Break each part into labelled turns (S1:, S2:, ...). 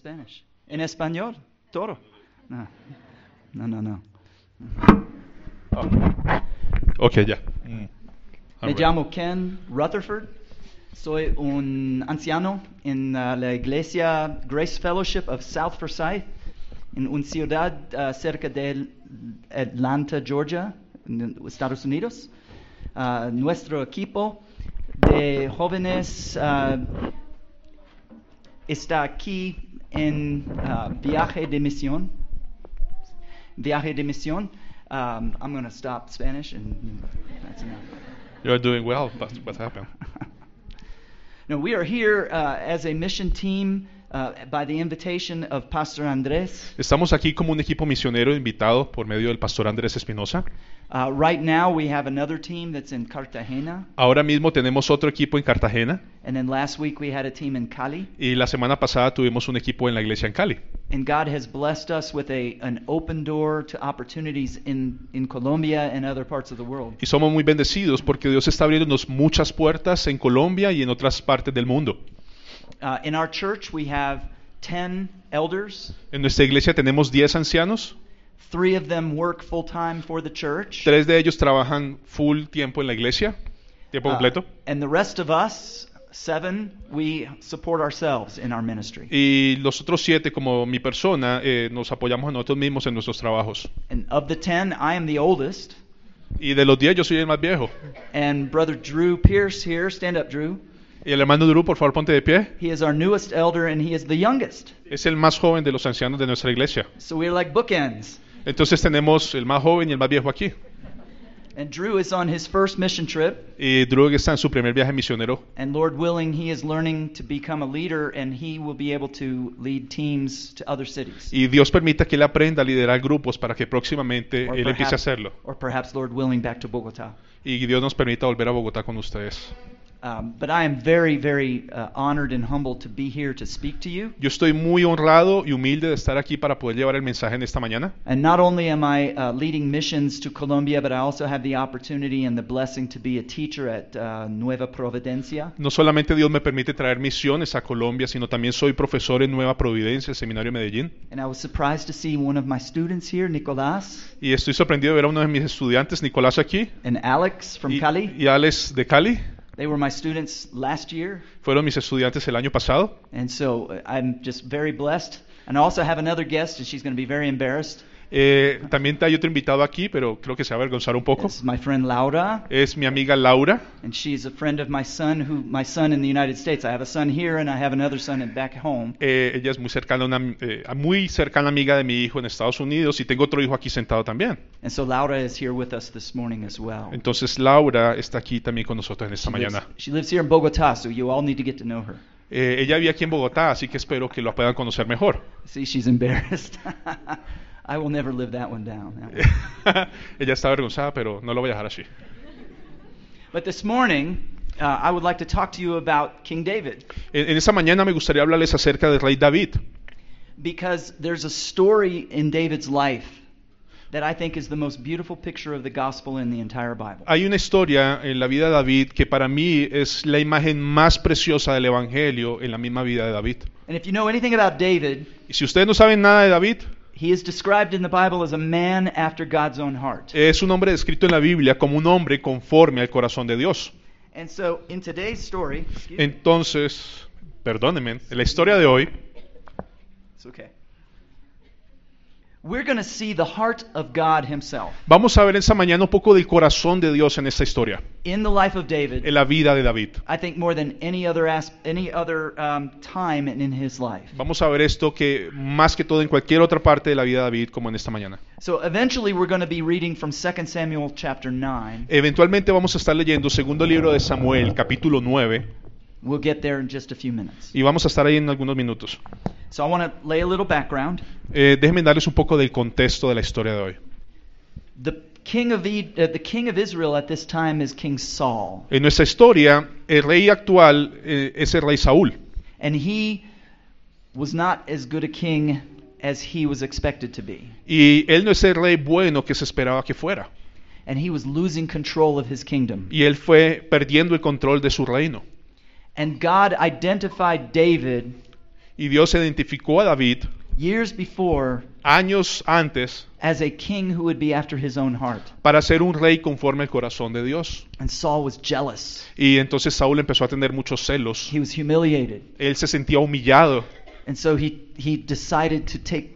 S1: Spanish. En español, todo. No, no, no. no.
S2: Oh. Ok, ya. Mm. Ah,
S1: Me
S2: bueno.
S1: llamo Ken Rutherford. Soy un anciano en uh, la iglesia Grace Fellowship of South Forsyth, en una ciudad uh, cerca de Atlanta, Georgia, en Estados Unidos. Uh, nuestro equipo de jóvenes uh, está aquí en uh, viaje de misión. Viaje de misión. Um, I'm going to stop Spanish and that's enough.
S2: You're doing well, but what happened?
S1: No, we are here uh, as a mission team uh, by the invitation of Pastor Andres.
S2: Estamos aquí como un equipo misionero invitado por medio del pastor Andrés Espinosa.
S1: Uh, right now, we have another team that's in Cartagena,
S2: Ahora mismo tenemos otro equipo en Cartagena
S1: and then last week we had a team in Cali.
S2: y la semana pasada tuvimos un equipo en la iglesia en Cali.
S1: And God has blessed us with a, an open door to opportunities in, in Colombia and other parts of the world.
S2: Y somos muy bendecidos porque Dios está abriéndonos muchas puertas en Colombia y en otras partes del mundo.
S1: Uh, in our church, we have 10 elders.
S2: En nuestra iglesia tenemos 10 ancianos,
S1: Three of them work full time for the church.
S2: tres de ellos trabajan full tiempo en la iglesia, tiempo
S1: Uh,
S2: completo,
S1: and the rest of us, seven, we support ourselves in our ministry.
S2: y los otros siete, como mi persona, eh, nos apoyamos a nosotros mismos en nuestros trabajos.
S1: And of the 10, I am the oldest.
S2: Y de los 10 yo soy el más viejo.
S1: And Brother Drew Pierce here, stand up, Drew.
S2: Y el hermano Drew, por favor, ponte de pie.
S1: He is our newest elder and he is the youngest.
S2: Es el más joven de los ancianos de nuestra iglesia.
S1: So we're like bookends.
S2: Entonces tenemos el más joven y el más viejo aquí.
S1: And Drew is on his first mission trip.
S2: Y Drew está en su primer viaje misionero.
S1: And Lord willing, he is learning to become a leader and he will be able to lead teams to other cities.
S2: Y Dios permita que él aprenda a liderar grupos para que próximamente él empiece a
S1: perhaps,
S2: hacerlo.
S1: or perhaps, Lord willing, back to Bogota.
S2: Y Dios nos permita volver a Bogotá con ustedes.
S1: Um, but I am very, very uh, honored and humbled to be here to speak to you.
S2: Yo estoy muy honrado y humilde de estar aquí para poder llevar el mensaje en esta mañana.
S1: And not only am I uh, leading missions to Colombia, but I also have the opportunity and the blessing to be a teacher at uh, Nueva Providencia.
S2: No solamente Dios me permite traer misiones a Colombia, sino también soy profesor en Nueva Providencia, el Seminario de Medellín.
S1: And I was surprised to see one of my students here, Nicolas,
S2: Y estoy sorprendido de ver a uno de mis estudiantes, Nicolás, aquí.
S1: and Alex from
S2: y,
S1: Cali.
S2: y Alex de Cali.
S1: They were my students last year.
S2: Fueron mis estudiantes el año pasado.
S1: And so uh, I'm just very blessed. And I also have another guest, and she's going to be very embarrassed.
S2: Eh, también hay otro invitado aquí, pero creo que se va a avergonzar un poco.
S1: This is my friend Laura,
S2: Es mi amiga Laura.
S1: and she's a friend of my son, who my son in the United States. I have a son here, and I have another son in- back home.
S2: Eh, ella es muy cercana, a una, eh, a muy cercana amiga de mi hijo en Estados Unidos y tengo otro hijo aquí sentado también.
S1: And so Laura is here with us this morning as well.
S2: Entonces Laura está aquí también con nosotros en esta
S1: She lives-
S2: mañana.
S1: she lives here in Bogota, so you all need to get to know her.
S2: Eh, ella vive aquí en Bogotá, así que espero que la puedan conocer mejor.
S1: See, she's embarrassed. I will never live that one down. that one.
S2: ella está avergonzada, pero no lo voy a dejar así.
S1: But this morning, uh, I would like to talk to you about King David
S2: En, en esta mañana me gustaría hablarles acerca del rey David,
S1: because there's a story in David's life that I think is the most beautiful picture of the gospel in the entire Bible.
S2: Hay una historia en la vida de David que para mí es la imagen más preciosa del Evangelio en la misma vida de David.
S1: And if you know anything about David,
S2: Y si ustedes no saben nada de David,
S1: he is described in the Bible as a man after God's own heart.
S2: es un hombre descrito en la Biblia como un hombre conforme al corazón de Dios.
S1: And so in today's story, excuse me,
S2: Entonces, perdónenme, en la historia de hoy
S1: it's okay. We're going to see the heart of God himself
S2: vamos a ver esta mañana un poco del corazón de Dios en esta historia,
S1: in the life of David.
S2: en la vida de David.
S1: I think more than any other as- any other um, time in, in his life.
S2: Vamos a ver esto que más que todo en cualquier otra parte de la vida de David como en esta mañana.
S1: So eventually we're going to be reading from 2 Samuel chapter 9.
S2: Eventualmente vamos a estar leyendo segundo libro de Samuel, capítulo 9,
S1: We'll get there in just a few minutes.
S2: y vamos a estar ahí en algunos minutos.
S1: So I want to lay a little background.
S2: Eh, déjenme darles un poco del contexto de la historia de hoy.
S1: The king of E- uh, the king of Israel at this time is King Saul,
S2: En nuestra historia, el rey actual eh, es el rey Saúl,
S1: and he was not as good a king as he was expected to be,
S2: y él no es el rey bueno que se esperaba que fuera,
S1: and he was losing control of his kingdom.
S2: y él fue perdiendo el control de su reino.
S1: And God identified David
S2: Y Dios identificó a David
S1: years before
S2: años antes
S1: as a king who would be after his own heart.
S2: para ser un rey conforme al corazón de Dios.
S1: And Saul was jealous.
S2: Y entonces Saúl empezó a tener muchos celos.
S1: He was humiliated.
S2: Él se sentía humillado.
S1: And so he, he decided to take,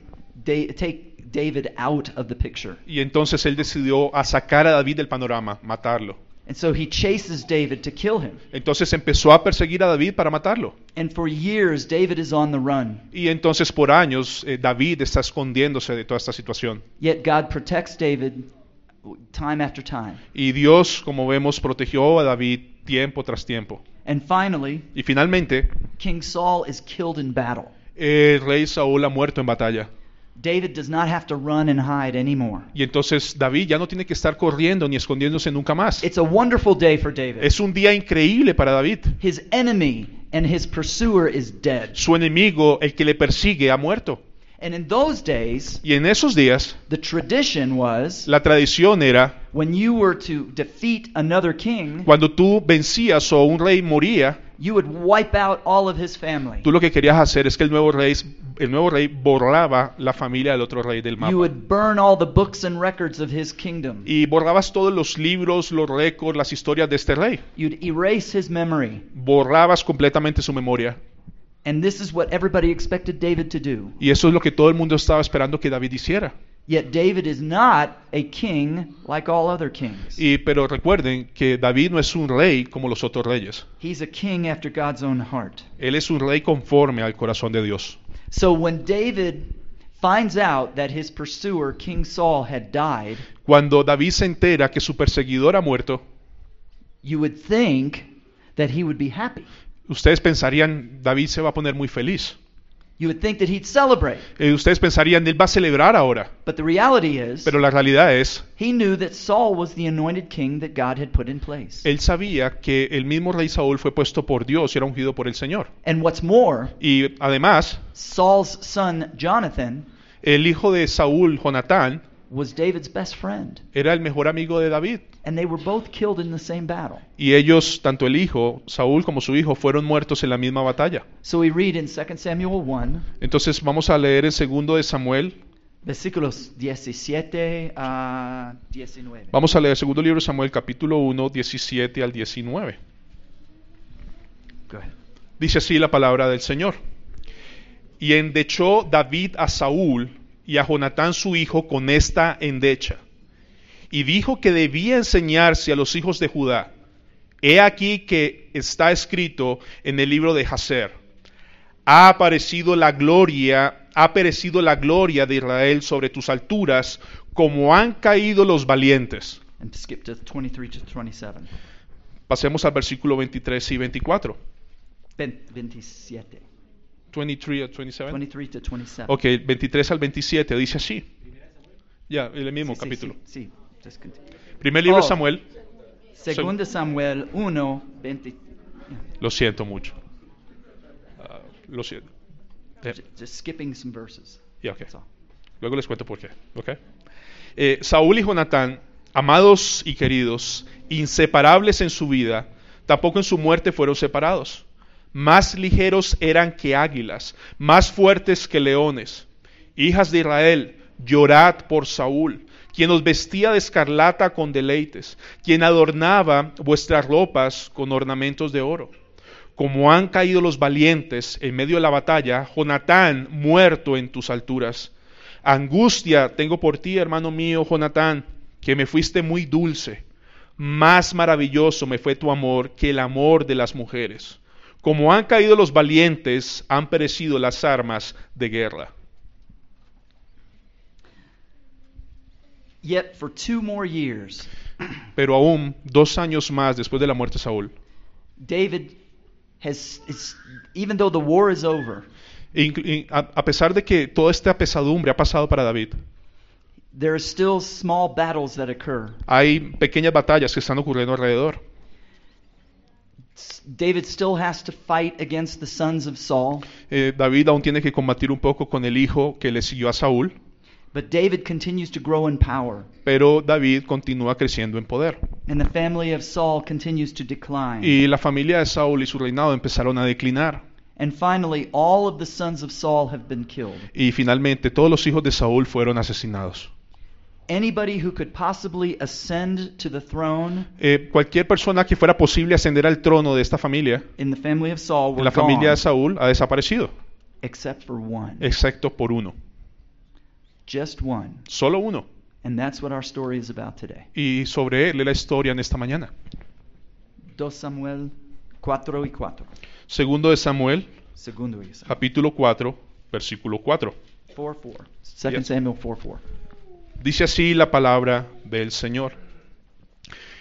S1: da- take David out of the picture.
S2: Y entonces él decidió a sacar a David del panorama, matarlo.
S1: And so he chases David to kill him.
S2: Entonces empezó a perseguir a David para matarlo.
S1: And for years, David is on the run.
S2: Y entonces por años eh, David está escondiéndose de toda esta situación.
S1: Yet God protects David time after time.
S2: Y Dios, como vemos, protegió a David tiempo tras tiempo.
S1: And finally,
S2: Y finalmente,
S1: King Saul is killed in battle.
S2: el rey Saúl ha muerto en batalla.
S1: David does not have to run and hide anymore.
S2: Y entonces David ya no tiene que estar corriendo ni escondiéndose nunca más.
S1: It's a wonderful day for David.
S2: Es un día increíble para David.
S1: His enemy and his pursuer is dead.
S2: Su enemigo, el que le persigue, ha muerto.
S1: And in those days,
S2: Y en esos días,
S1: the tradition was
S2: la tradición era,
S1: when you were to defeat another king,
S2: cuando tú vencías o un rey moría,
S1: you would wipe out all of his family.
S2: tú lo que querías hacer es que el nuevo rey, el nuevo rey borraba la familia del otro rey del
S1: You
S2: mapa.
S1: would burn all the books and records of his kingdom.
S2: Y borrabas todos los libros, los récords, las historias de este rey.
S1: You'd erase his memory.
S2: Borrabas completamente su memoria.
S1: And this is what everybody expected David to do.
S2: Y eso es lo que todo el mundo estaba esperando que David hiciera.
S1: Yet David is not a king like all other kings.
S2: Y, pero recuerden que David no es un rey como los otros reyes.
S1: He's a king after God's own heart.
S2: Él es un rey conforme al corazón de Dios.
S1: So when David finds out that his pursuer, King Saul, had died,
S2: Cuando David se entera que su perseguidor ha muerto,
S1: you would think that he would be happy.
S2: ustedes pensarían, David se va a poner muy feliz.
S1: You would think that he'd celebrate.
S2: Eh, ustedes pensarían, él va a celebrar ahora.
S1: But the reality is,
S2: Pero la realidad es,
S1: he knew that Saul was the anointed king that God had put in place.
S2: él sabía que el mismo rey Saúl fue puesto por Dios y era ungido por el Señor.
S1: And what's more,
S2: Y además,
S1: Saul's son Jonathan
S2: el hijo de Saúl, Jonatán,
S1: was David's best friend,
S2: era el mejor amigo de David.
S1: and they were both killed in the same battle.
S2: Y ellos, tanto el hijo, Saúl como su hijo, fueron muertos en la misma batalla.
S1: So we read in 2 Samuel 1,
S2: Entonces vamos a leer el segundo de Samuel.
S1: versículos 17 a 19.
S2: Vamos a leer el segundo libro de Samuel, capítulo 1, 17 al 19.
S1: Go ahead.
S2: Dice así la palabra del Señor. Y endechó David a Saúl y a Jonatán su hijo con esta endecha. Y dijo que debía enseñarse a los hijos de Judá. He aquí que está escrito en el libro de Jacer. Ha aparecido la gloria, ha perecido la gloria de Israel sobre tus alturas, como han caído los valientes.
S1: And skip to 23 to 27.
S2: Pasemos al versículo 23 y 24.
S1: Ben- 27.
S2: 23 or 27.
S1: 23 to 27.
S2: Ok, 23 al 27 dice así. Ya, el
S1: Sí,
S2: mismo
S1: sí,
S2: capítulo.
S1: Sí, sí. Just continue.
S2: Primer libro de
S1: Oh.
S2: Samuel.
S1: Segunda Samuel 1, 20.
S2: Lo siento mucho. Ah, lo siento. Eh,
S1: Ju- Just skipping some verses.
S2: ya, ok.
S1: That's all.
S2: Luego les cuento por qué. ok. Eh, Saúl y Jonatán, amados y queridos, inseparables en su vida, tampoco en su muerte fueron separados. Más ligeros eran que águilas, más fuertes que leones. Hijas de Israel, llorad por Saúl, quien os vestía de escarlata con deleites, quien adornaba vuestras ropas con ornamentos de oro. Como han caído los valientes en medio de la batalla, Jonatán muerto en tus alturas. Angustia tengo por ti, hermano mío, Jonatán, que me fuiste muy dulce. Más maravilloso me fue tu amor que el amor de las mujeres. Como han caído los valientes, han perecido las armas de guerra.
S1: Yet for two more years,
S2: Pero aún dos años más después de la muerte de Saúl,
S1: David has, is, even though the war is over,
S2: inclu- in- a a pesar de que toda esta pesadumbre ha pasado para David,
S1: there are still small battles that occur.
S2: hay pequeñas batallas que están ocurriendo alrededor.
S1: S- David still has to fight against the sons of Saul,
S2: Eh, David aún tiene que combatir un poco con el hijo que le siguió a Saúl,
S1: but David continues to grow in power,
S2: pero David continúa creciendo en poder.
S1: and the family of Saul continues to decline.
S2: Y la familia de Saúl y su reinado empezaron a declinar.
S1: And finally, all of the sons of Saul have been killed.
S2: Y finalmente todos los hijos de Saúl fueron asesinados.
S1: Anybody who could possibly ascend to the throne
S2: Eh, cualquier persona que fuera posible ascender al trono de esta familia,
S1: in the family of Saul
S2: de
S1: were
S2: la familia de
S1: gone,
S2: Saúl, ha desaparecido,
S1: except for one.
S2: excepto por uno,
S1: just one.
S2: solo uno.
S1: And that's what our story is about today.
S2: Y sobre él es la historia en esta mañana.
S1: 2 Samuel 4 y 4.
S2: Segundo de Samuel,
S1: Segundo y Samuel.
S2: capítulo 4, versículo 4.
S1: 4 4. 2
S2: Yes.
S1: Samuel 4 4.
S2: Dice así la palabra del Señor.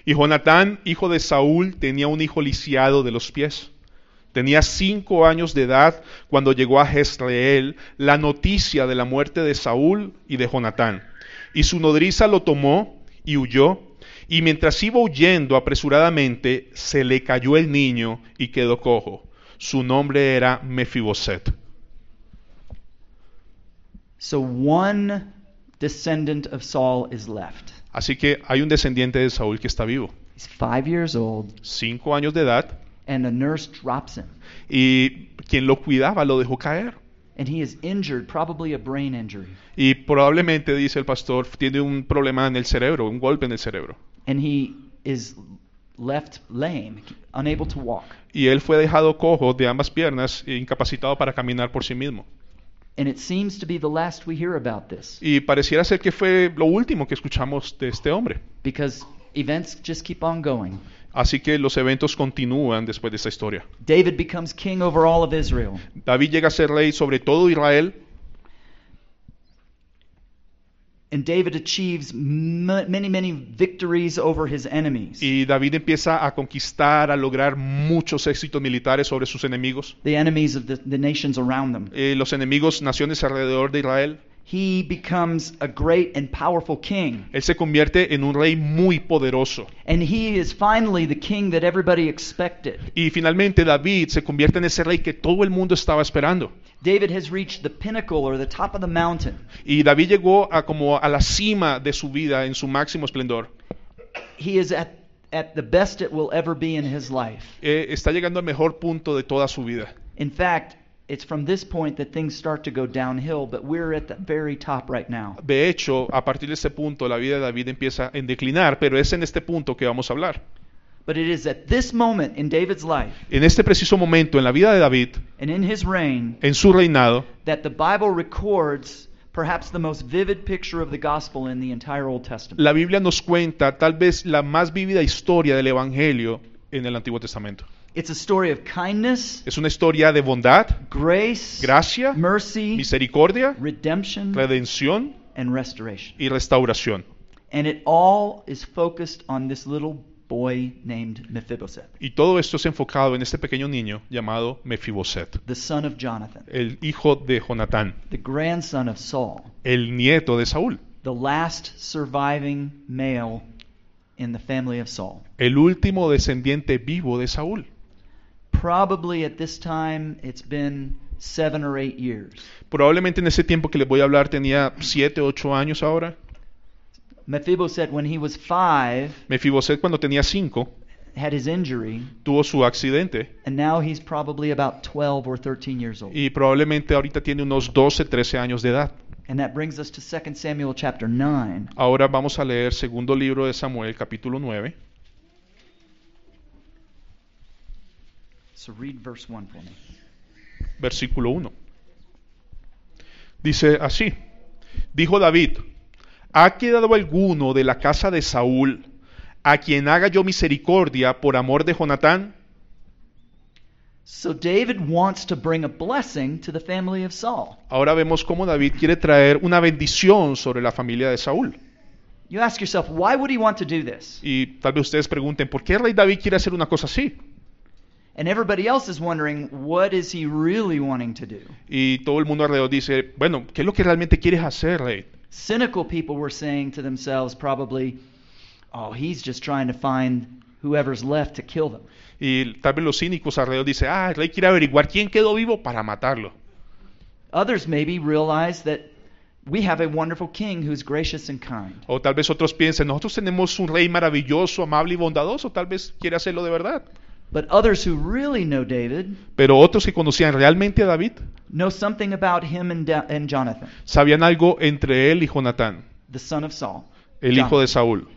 S2: Y Jonatán, hijo de Saúl, tenía un hijo lisiado de los pies. Tenía cinco años de edad cuando llegó a Jezreel la noticia de la muerte de Saúl y de Jonatán. Y su nodriza lo tomó y huyó. Y mientras iba huyendo apresuradamente, se le cayó el niño y quedó cojo. Su nombre era Mefiboset.
S1: So one descendant of Saul is left.
S2: Así que hay un descendiente de Saúl que está vivo.
S1: He's five years old,
S2: Cinco años de edad,
S1: and a nurse drops him.
S2: y quien lo cuidaba lo dejó caer.
S1: And he is injured, probably a brain injury.
S2: Y probablemente, dice el pastor, tiene un problema en el cerebro, un golpe en el cerebro.
S1: And he is left lame, unable to walk.
S2: Y él fue dejado cojo de ambas piernas, e incapacitado para caminar por sí mismo.
S1: And it seems to be the last we hear about this
S2: Y pareciera ser que fue lo último que escuchamos de este hombre.
S1: because events just keep on going.
S2: Así que los eventos continúan después de esta historia.
S1: David becomes king over all of Israel.
S2: David llega a ser rey sobre todo Israel
S1: And David achieves m- many, many victories over his enemies.
S2: y David empieza a conquistar, a lograr muchos éxitos militares sobre sus enemigos,
S1: the enemies of the, the nations around them.
S2: eh, los enemigos, naciones alrededor de Israel.
S1: He becomes a great and powerful king.
S2: Él se convierte en un rey muy poderoso.
S1: And he is finally the king that everybody expected.
S2: Y finalmente David se convierte en ese rey que todo el mundo estaba esperando.
S1: David has reached the pinnacle or the top of the mountain.
S2: Y David llegó a como a la cima de su vida en su máximo esplendor.
S1: He is at, at the best it will ever be in his life.
S2: Eh, está llegando al mejor punto de toda su vida.
S1: In fact, it's from this point that things start to go downhill, but we're at the very top right now.
S2: De hecho, a partir de este punto la vida de David empieza en declinar, pero es en este punto que vamos a hablar.
S1: But it is at this moment in David's life
S2: En este preciso momento en la vida de David,
S1: and in his reign
S2: en su reinado,
S1: that the Bible records perhaps the most vivid picture of the gospel in the entire Old Testament.
S2: la Biblia nos cuenta tal vez la más vívida historia del Evangelio en el Antiguo Testamento.
S1: It's a story of kindness,
S2: Es una historia de bondad,
S1: grace,
S2: gracia,
S1: mercy,
S2: misericordia,
S1: redemption,
S2: redención
S1: and restoration.
S2: y restauración.
S1: And it all is focused on this little boy named Mephibosheth,
S2: Y todo esto es enfocado en este pequeño niño llamado Mefiboset,
S1: the son of Jonathan,
S2: el hijo de Jonatán,
S1: the grandson of Saul,
S2: el nieto de Saúl,
S1: the last surviving male in the family of Saul.
S2: el último descendiente vivo de Saúl.
S1: Probably at this time it's been seven or eight years.
S2: Probablemente en ese tiempo que les voy a hablar tenía 7, 8 años ahora.
S1: Mephibosheth, when he was five,
S2: Mefiboset cuando tenía 5
S1: had his injury,
S2: tuvo su accidente
S1: and now he's probably about 12 or 13 years old.
S2: y probablemente ahorita tiene unos 12, 13 años de edad.
S1: And that brings us to 2 Samuel chapter 9.
S2: Ahora vamos a leer segundo libro de Samuel, capítulo 9.
S1: So read verse 1 for me.
S2: versículo 1. Dice así, dijo David, ¿ha quedado alguno de la casa de Saúl a quien haga yo misericordia por amor de Jonatán?
S1: So David wants to bring a blessing to the family of Saul.
S2: Ahora vemos cómo David quiere traer una bendición sobre la familia de Saúl.
S1: You ask yourself, why would he want to do this?
S2: Y tal vez ustedes pregunten, ¿por qué el rey David quiere hacer una cosa así?
S1: And everybody else is wondering, what is he really wanting to do?
S2: Y todo el mundo alrededor dice, bueno, ¿qué es lo que realmente quieres hacer, rey?
S1: Cynical people were saying to themselves, probably, oh, he's just trying to find whoever's left to kill them.
S2: Y tal vez los cínicos alrededor dicen, ah, el rey quiere averiguar quién quedó vivo para matarlo.
S1: Others maybe realize that we have a wonderful king who's gracious and kind.
S2: O tal vez otros piensen, nosotros tenemos un rey maravilloso, amable y bondadoso, tal vez quiere hacerlo de verdad.
S1: But others who really know David
S2: Pero otros que conocían realmente a David
S1: know something about him and, Da- and Jonathan,
S2: sabían algo entre él y Jonatán,
S1: the son of Saul,
S2: el hijo
S1: Jonathan,
S2: de Saúl.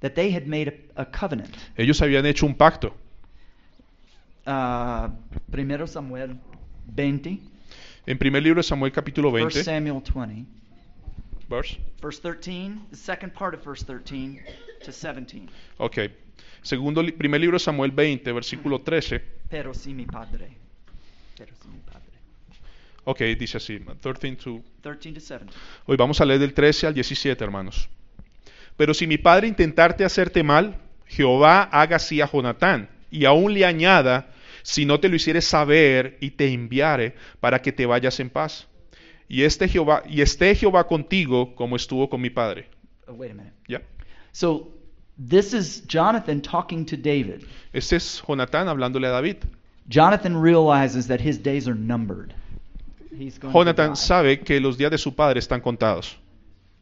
S1: that they had made a, a covenant.
S2: Ellos habían hecho un pacto.
S1: Uh, Primero Samuel 20,
S2: En primer libro de Samuel capítulo
S1: 1
S2: 20,
S1: Samuel 20,
S2: verse,
S1: verse 13, the second part of verse 13 to 17.
S2: ok. Segundo, li- primer libro de Samuel 20, versículo 13.
S1: Pero si mi padre. Pero si mi padre.
S2: Ok, dice así, 13 to
S1: 13 to 17.
S2: Hoy vamos a leer del 13 al 17, hermanos. Pero si mi padre intentarte hacerte mal, Jehová haga así a Jonatán, y aún le añada, si no te lo hiciere saber y te enviare, para que te vayas en paz. Y, este Jehová, y esté Jehová contigo como estuvo con mi padre.
S1: Oh, wait a minute.
S2: ¿Ya?
S1: So this is Jonathan talking to David.
S2: Este es Jonatán hablándole a David.
S1: Jonathan realizes that his days are numbered. He's going to die.
S2: Jonatán sabe que los días de su padre están contados.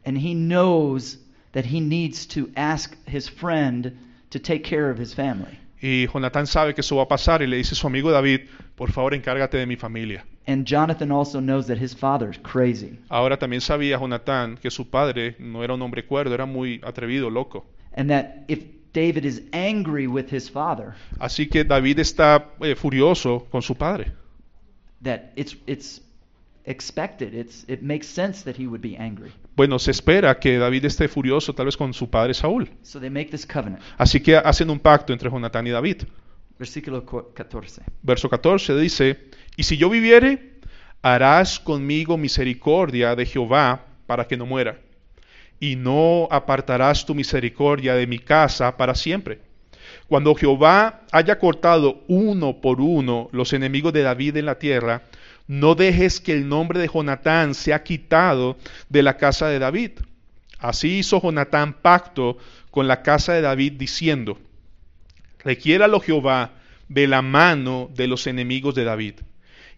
S1: and he knows that he needs to ask his friend to take care of his family.
S2: Y Jonatán sabe que eso va a pasar y le dice a su amigo David, por favor encárgate de mi familia.
S1: And Jonathan also knows that his father is crazy.
S2: Ahora también sabía Jonatán que su padre no era un hombre cuerdo, era muy atrevido, loco.
S1: And that if David is angry with his father,
S2: Así que David está eh, furioso con su padre.
S1: that it's it's expected. It's it makes sense that he would be angry.
S2: Bueno, se espera que David esté furioso tal vez con su padre Saúl.
S1: So they make this covenant.
S2: Así que hacen un pacto entre Jonatán y David.
S1: Versículo cu- 14.
S2: Verso 14 dice, y si yo viviere, harás conmigo misericordia de Jehová para que no muera, y no apartarás tu misericordia de mi casa para siempre. Cuando Jehová haya cortado uno por uno los enemigos de David en la tierra, no dejes que el nombre de Jonatán sea quitado de la casa de David. Así hizo Jonatán pacto con la casa de David diciendo, Requiéralo Jehová de la mano de los enemigos de David.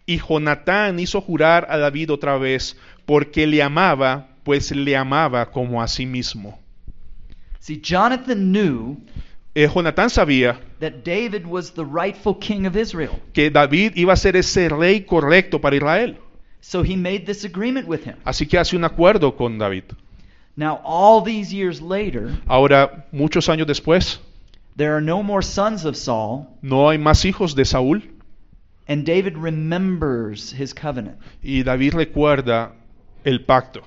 S2: Y Jonatán hizo jurar a David otra vez porque le amaba, pues le amaba como a sí mismo.
S1: See, Jonathan knew
S2: Eh, Jonatán sabía
S1: that David was the rightful king of Israel.
S2: que David iba a ser ese rey correcto para Israel.
S1: So he made this agreement with him.
S2: Así que hace un acuerdo con David.
S1: Now, all these years later,
S2: Ahora, muchos años después,
S1: there are no more sons of Saul,
S2: no hay más hijos de Saúl
S1: and David remembers his covenant.
S2: y David recuerda el pacto.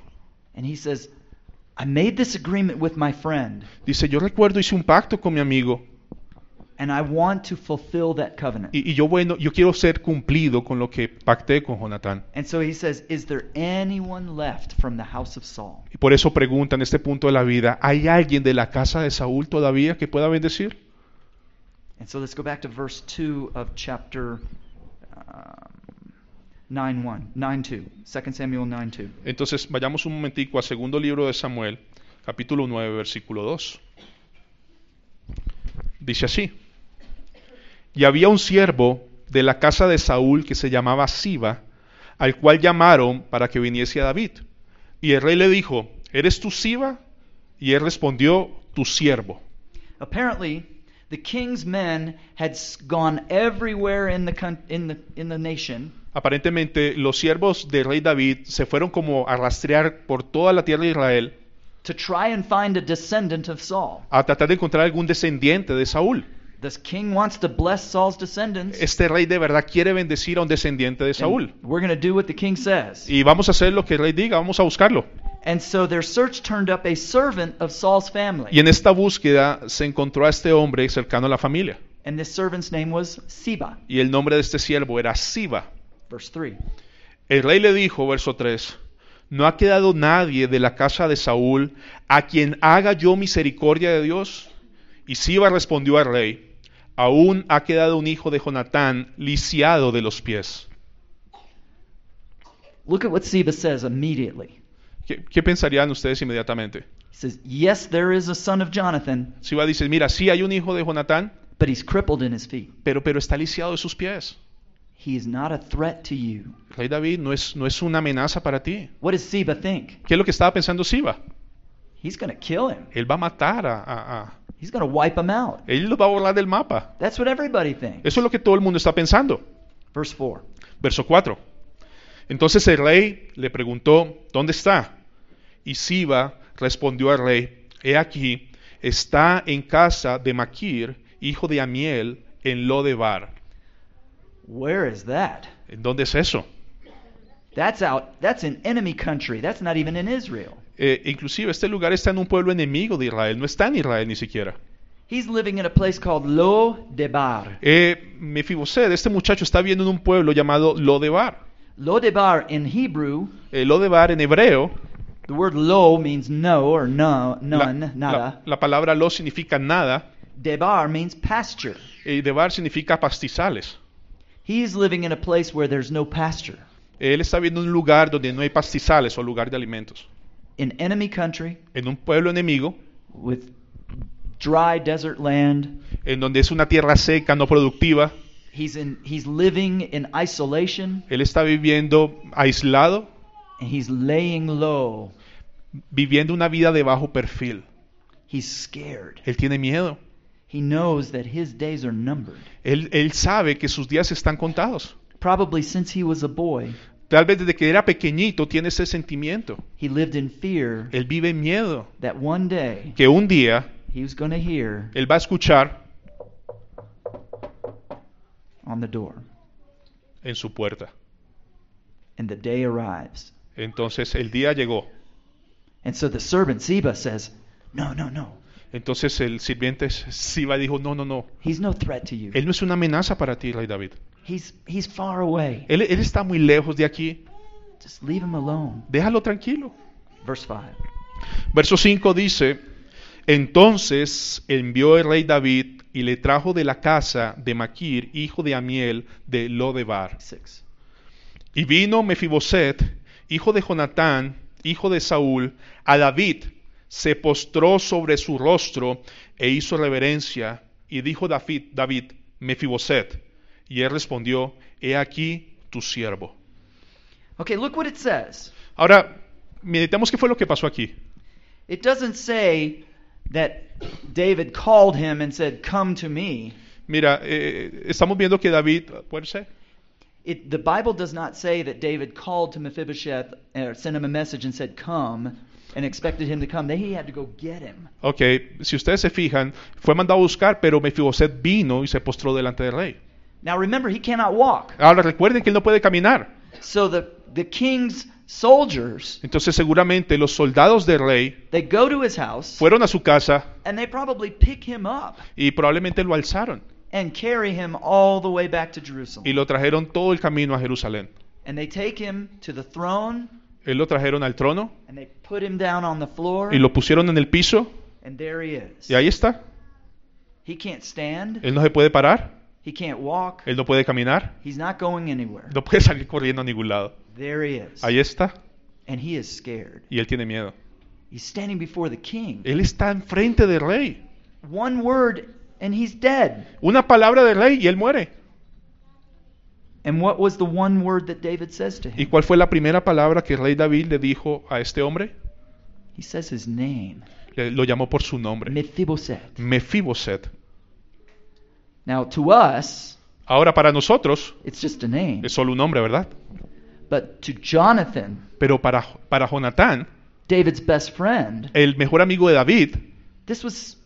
S1: And he says, I made this agreement with my friend,
S2: Dice, yo recuerdo hice un pacto con mi amigo
S1: and I want to fulfill that covenant.
S2: Y, y yo, bueno, yo quiero ser cumplido con lo que pacté con Jonatán.
S1: And so he says, Is there anyone left from the house of Saul?
S2: Y por eso pregunta en este punto de la vida, ¿hay alguien de la casa de Saúl todavía que pueda bendecir?
S1: And so let's go back to verse 2 of chapter um, 9 1, 9 2, 2 Samuel 9 2.
S2: Entonces vayamos un momentico al segundo libro de Samuel, capítulo 9, versículo 2. Dice así, y había un siervo de la casa de Saúl que se llamaba Siba, al cual llamaron para que viniese a David. Y el rey le dijo, ¿eres tú Siba? Y él respondió, tu siervo.
S1: Apparently, the king's men had s- gone everywhere in the, coun- in the, in the nation
S2: Aparentemente, los siervos del rey David se fueron como a rastrear por toda la tierra de Israel
S1: to try and find a descendant of Saul.
S2: a tratar de encontrar algún descendiente de Saúl.
S1: This king wants to bless Saul's descendants.
S2: Este rey de verdad quiere bendecir a un descendiente de
S1: and
S2: Saúl.
S1: We're going to do what the king says.
S2: Y vamos a hacer lo que el rey diga, vamos a buscarlo.
S1: And so their search turned up a servant of Saul's family.
S2: Y en esta búsqueda se encontró a este hombre cercano a la familia.
S1: And this servant's name was Seba.
S2: Y el nombre de este siervo era Siba.
S1: Verse 3.
S2: El rey le dijo, verso 3, ¿no ha quedado nadie de la casa de Saúl a quien haga yo misericordia de Dios? Y Siba respondió al rey, aún ha quedado un hijo de Jonatán lisiado de los pies.
S1: Look at what Seba says immediately.
S2: ¿Qué, qué pensarían ustedes inmediatamente?
S1: He says, Yes, there is a son of Jonathan,
S2: Siba dice, mira, sí hay un hijo de Jonatán,
S1: but he's crippled in his feet.
S2: pero, pero está lisiado de sus pies.
S1: He is not a threat to you.
S2: Rey David, no es, no es una amenaza para ti.
S1: What does Seba think?
S2: ¿Qué es lo que estaba pensando Siba?
S1: He's going to kill him.
S2: Él va a matar a, a- a-
S1: He's going to wipe them out.
S2: Él los va a borrar del mapa.
S1: That's what everybody thinks.
S2: Eso es lo que todo el mundo está pensando.
S1: Verse 4.
S2: Verso 4. Entonces el rey le preguntó, ¿dónde está? Y Siba respondió al rey, he aquí, está en casa de Maquir, hijo de Amiel, en Lodebar.
S1: Where is that?
S2: ¿En dónde es eso?
S1: That's out. That's an enemy country. That's not even in Israel.
S2: Eh, inclusive este lugar está en un pueblo enemigo de Israel, no está en Israel ni siquiera.
S1: He's living in a place called Lo Debar.
S2: Eh, Mefibosed, este muchacho está viendo en un pueblo llamado Lodebar.
S1: Lo Debar in Hebrew,
S2: Eh, Lodebar en hebreo,
S1: the word lo means no or no, none,
S2: la,
S1: nada.
S2: la- la palabra lo significa nada,
S1: Debar means pasture.
S2: y Debar significa pastizales.
S1: He's living in a place where there's no pasture.
S2: Él está viendo un lugar donde no hay pastizales o lugar de alimentos.
S1: In enemy country
S2: En un pueblo enemigo,
S1: with dry desert land,
S2: en donde es una tierra seca, no productiva,
S1: he's in he's living in isolation
S2: él está viviendo aislado,
S1: and he's laying low.
S2: viviendo una vida de bajo perfil.
S1: He's scared.
S2: Él tiene miedo.
S1: He knows that his days are numbered.
S2: Él, él sabe que sus días están contados.
S1: Probably since he was a boy,
S2: Tal vez desde que era pequeñito tiene ese sentimiento.
S1: he lived in fear
S2: Él vive en miedo
S1: that one day
S2: que un día
S1: he was going to hear
S2: él va a escuchar
S1: on the door.
S2: en su puerta.
S1: And the day arrives.
S2: Entonces el día llegó.
S1: And so the servant Ziba says, No, no, no.
S2: Entonces el sirviente Siba dijo, no, no, no.
S1: He's no threat to you.
S2: Él no es una amenaza para ti, rey David.
S1: He's, he's far away.
S2: Él, él está muy lejos de aquí.
S1: Just leave him alone.
S2: Déjalo tranquilo.
S1: Verse 5.
S2: Verso 5 dice, entonces envió el rey David y le trajo de la casa de Maquir, hijo de Amiel, de Lodebar.
S1: 6.
S2: Y vino Mefiboset, hijo de Jonatán, hijo de Saúl, a David, se postró sobre su rostro e hizo reverencia, y dijo David, David, Mefiboset. Y él respondió, he aquí tu siervo.
S1: Okay, look what it says.
S2: Ahora, meditemos qué fue lo que pasó aquí.
S1: It doesn't say that David called him and said, Come to me.
S2: Mira, eh, estamos viendo que David, puede ser,
S1: It, the Bible does not say that David called to Mephibosheth or sent him a message and said, Come, and expected him to come. That he had to go get him.
S2: Ok, si ustedes se fijan, fue mandado a buscar, pero Mefiboset vino y se postró delante del rey.
S1: Now remember, he cannot walk.
S2: Ahora recuerden que él no puede caminar.
S1: So the, the king's soldiers,
S2: Entonces seguramente los soldados del rey
S1: they go to his house
S2: fueron a su casa
S1: and they probably pick him up
S2: y probablemente lo alzaron
S1: and carry him all the way back to
S2: y
S1: Jerusalem.
S2: lo trajeron todo el camino a Jerusalén.
S1: And they take him to the throne
S2: Él lo trajeron al trono
S1: and they put him down on the floor
S2: y lo pusieron en el piso
S1: and there he is.
S2: y ahí está.
S1: He can't stand,
S2: Él no se puede parar,
S1: he can't walk,
S2: él no puede caminar,
S1: he's not going anywhere.
S2: no puede salir corriendo a ningún lado.
S1: There he is.
S2: Ahí está
S1: And he is scared.
S2: y él tiene miedo.
S1: He's standing before the king.
S2: Él está enfrente del rey.
S1: One word and he's dead.
S2: Una palabra del rey y él muere.
S1: And what was the one word that David says to
S2: ¿Y
S1: him?
S2: cuál fue la primera palabra que el rey David le dijo a este hombre?
S1: He says his name,
S2: Le- lo llamó por su nombre,
S1: Mephibosheth.
S2: Mefiboset.
S1: Now to us,
S2: Ahora para nosotros
S1: It's just a name.
S2: es solo un nombre, ¿verdad?
S1: But to Jonathan,
S2: Pero para, para Jonatán,
S1: David's best friend,
S2: el mejor amigo de David,
S1: this was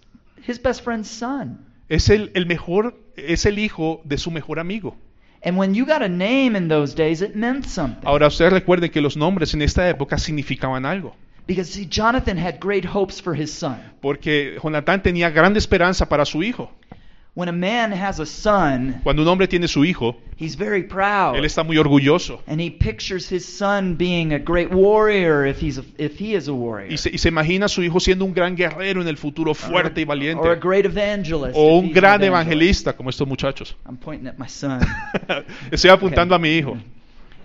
S1: his best friend's son.
S2: es el, el mejor, es el hijo de su mejor amigo.
S1: And when you got a name in those days, it meant something.
S2: Ahora ustedes recuerden que los nombres en esta época significaban algo,
S1: Because see, Jonathan had great hopes for his son.
S2: porque Jonatán tenía grande esperanza para su hijo.
S1: When a man has a son,
S2: Cuando un hombre tiene su hijo,
S1: he's very
S2: él
S1: proud.
S2: está muy orgulloso
S1: And he pictures his son being a great warrior if he's a, if he is a warrior.
S2: y se, y se imagina a su hijo siendo un gran guerrero en el futuro, fuerte y
S1: Or a
S2: valiente.
S1: great evangelist.
S2: o
S1: if
S2: un
S1: he's an
S2: gran
S1: evangelist.
S2: evangelista como estos muchachos.
S1: I'm pointing at my son.
S2: Estoy apuntando a mi hijo.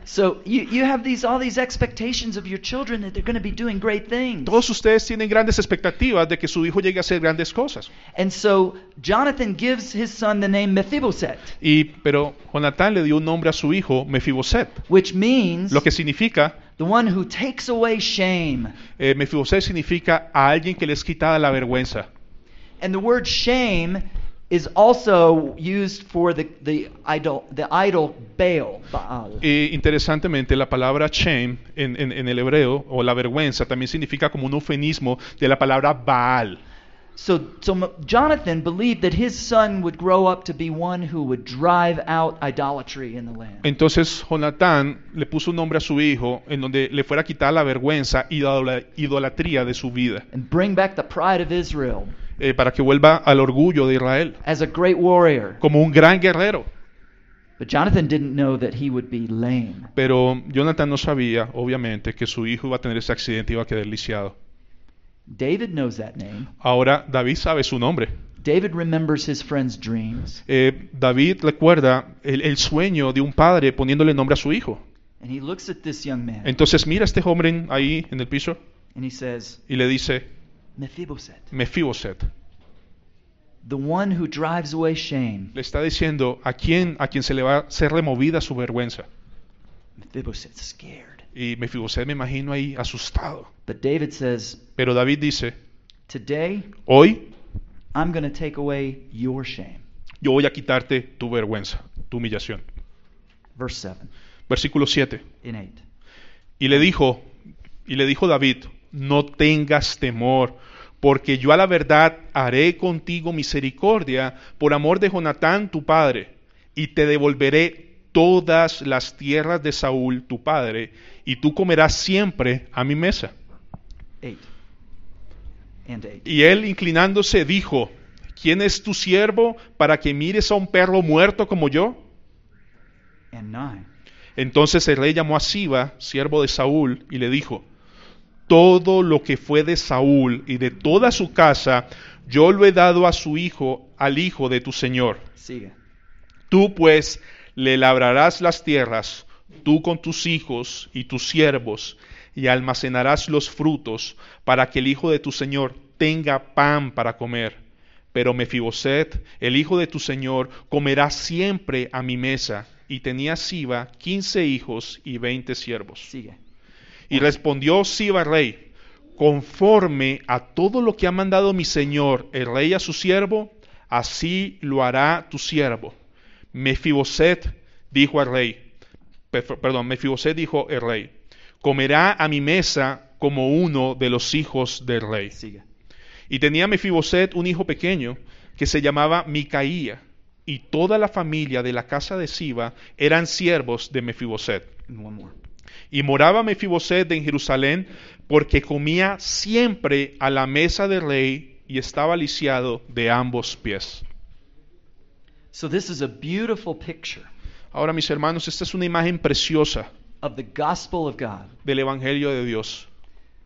S1: so you, you have these all these expectations of your children that they're going to be doing great things.
S2: Todos ustedes tienen grandes expectativas de que su hijo llegue a hacer grandes cosas.
S1: And so Jonathan gives his son the name Mephibosheth,
S2: Y pero Jonatán le dio un nombre a su hijo, Mefiboset,
S1: which means
S2: lo que significa
S1: the one who takes away shame.
S2: eh, Mefiboset significa a alguien que les quitaba la vergüenza.
S1: And the word shame is also used for the, the idol the idol Baal. Baal.
S2: Eh, interesantemente, la palabra shame en, en- en el hebreo, o la vergüenza, también significa como un eufemismo de la palabra Baal.
S1: So, so M- Jonathan believed that his son would grow up to be one who would drive out idolatry in the land.
S2: Entonces Jonatán le puso un nombre a su hijo en donde le fuera a quitar la vergüenza y la idola- idolatría de su vida,
S1: And bring back the pride of Israel
S2: eh, para que vuelva al orgullo de Israel,
S1: as a great warrior.
S2: como un gran guerrero.
S1: But Jonathan didn't know that he would be lame.
S2: Pero Jonatán no sabía, obviamente, que su hijo iba a tener ese accidente y iba a quedar lisiado.
S1: David knows that name.
S2: Ahora David sabe su nombre.
S1: David remembers his friend's dreams,
S2: Eh, David recuerda el, el sueño de un padre poniéndole nombre a su hijo.
S1: and he looks at this young man
S2: Entonces mira a este hombre ahí en el piso
S1: and he says,
S2: y le dice,
S1: Mephibosheth,
S2: Mefiboset.
S1: the one who drives away shame.
S2: Le está diciendo a quién a quien se le va a ser removida su vergüenza.
S1: Mephibosheth's scared.
S2: Y Mefiboset me imagino ahí asustado.
S1: But David says,
S2: Pero David dice,
S1: Today
S2: hoy
S1: I'm going to take away your shame.
S2: yo voy a quitarte tu vergüenza, tu humillación.
S1: Verse 7
S2: Versículo 7.
S1: in 8.
S2: Y le dijo, y le dijo David, no tengas temor, porque yo a la verdad haré contigo misericordia por amor de Jonatán tu padre, y te devolveré todas las tierras de Saúl tu padre, y tú comerás siempre a mi mesa.
S1: 8 and 8.
S2: Y él inclinándose dijo, ¿quién es tu siervo para que mires a un perro muerto como yo?
S1: And 9.
S2: Entonces el rey llamó a Siba, siervo de Saúl, y le dijo, todo lo que fue de Saúl y de toda su casa, yo lo he dado a su hijo, al hijo de tu señor.
S1: Siga.
S2: Tú pues le labrarás las tierras, tú con tus hijos y tus siervos, y almacenarás los frutos para que el hijo de tu señor tenga pan para comer. Pero Mefiboset, el hijo de tu señor, comerá siempre a mi mesa. Y tenía Siba quince hijos y veinte siervos.
S1: Siga.
S2: Y respondió Siba al rey, conforme a todo lo que ha mandado mi señor el rey a su siervo, así lo hará tu siervo. Mefiboset dijo al rey, pe- perdón, Mefiboset dijo el rey, comerá a mi mesa como uno de los hijos del rey.
S1: Siga.
S2: Y tenía Mefiboset un hijo pequeño que se llamaba Micaía, y toda la familia de la casa de Siba eran siervos de Mefiboset.
S1: And one more.
S2: Y moraba Mefiboset en Jerusalén porque comía siempre a la mesa del rey y estaba lisiado de ambos pies.
S1: So this is a beautiful picture
S2: Ahora mis hermanos, esta es una imagen preciosa
S1: of the gospel of God
S2: del Evangelio de Dios.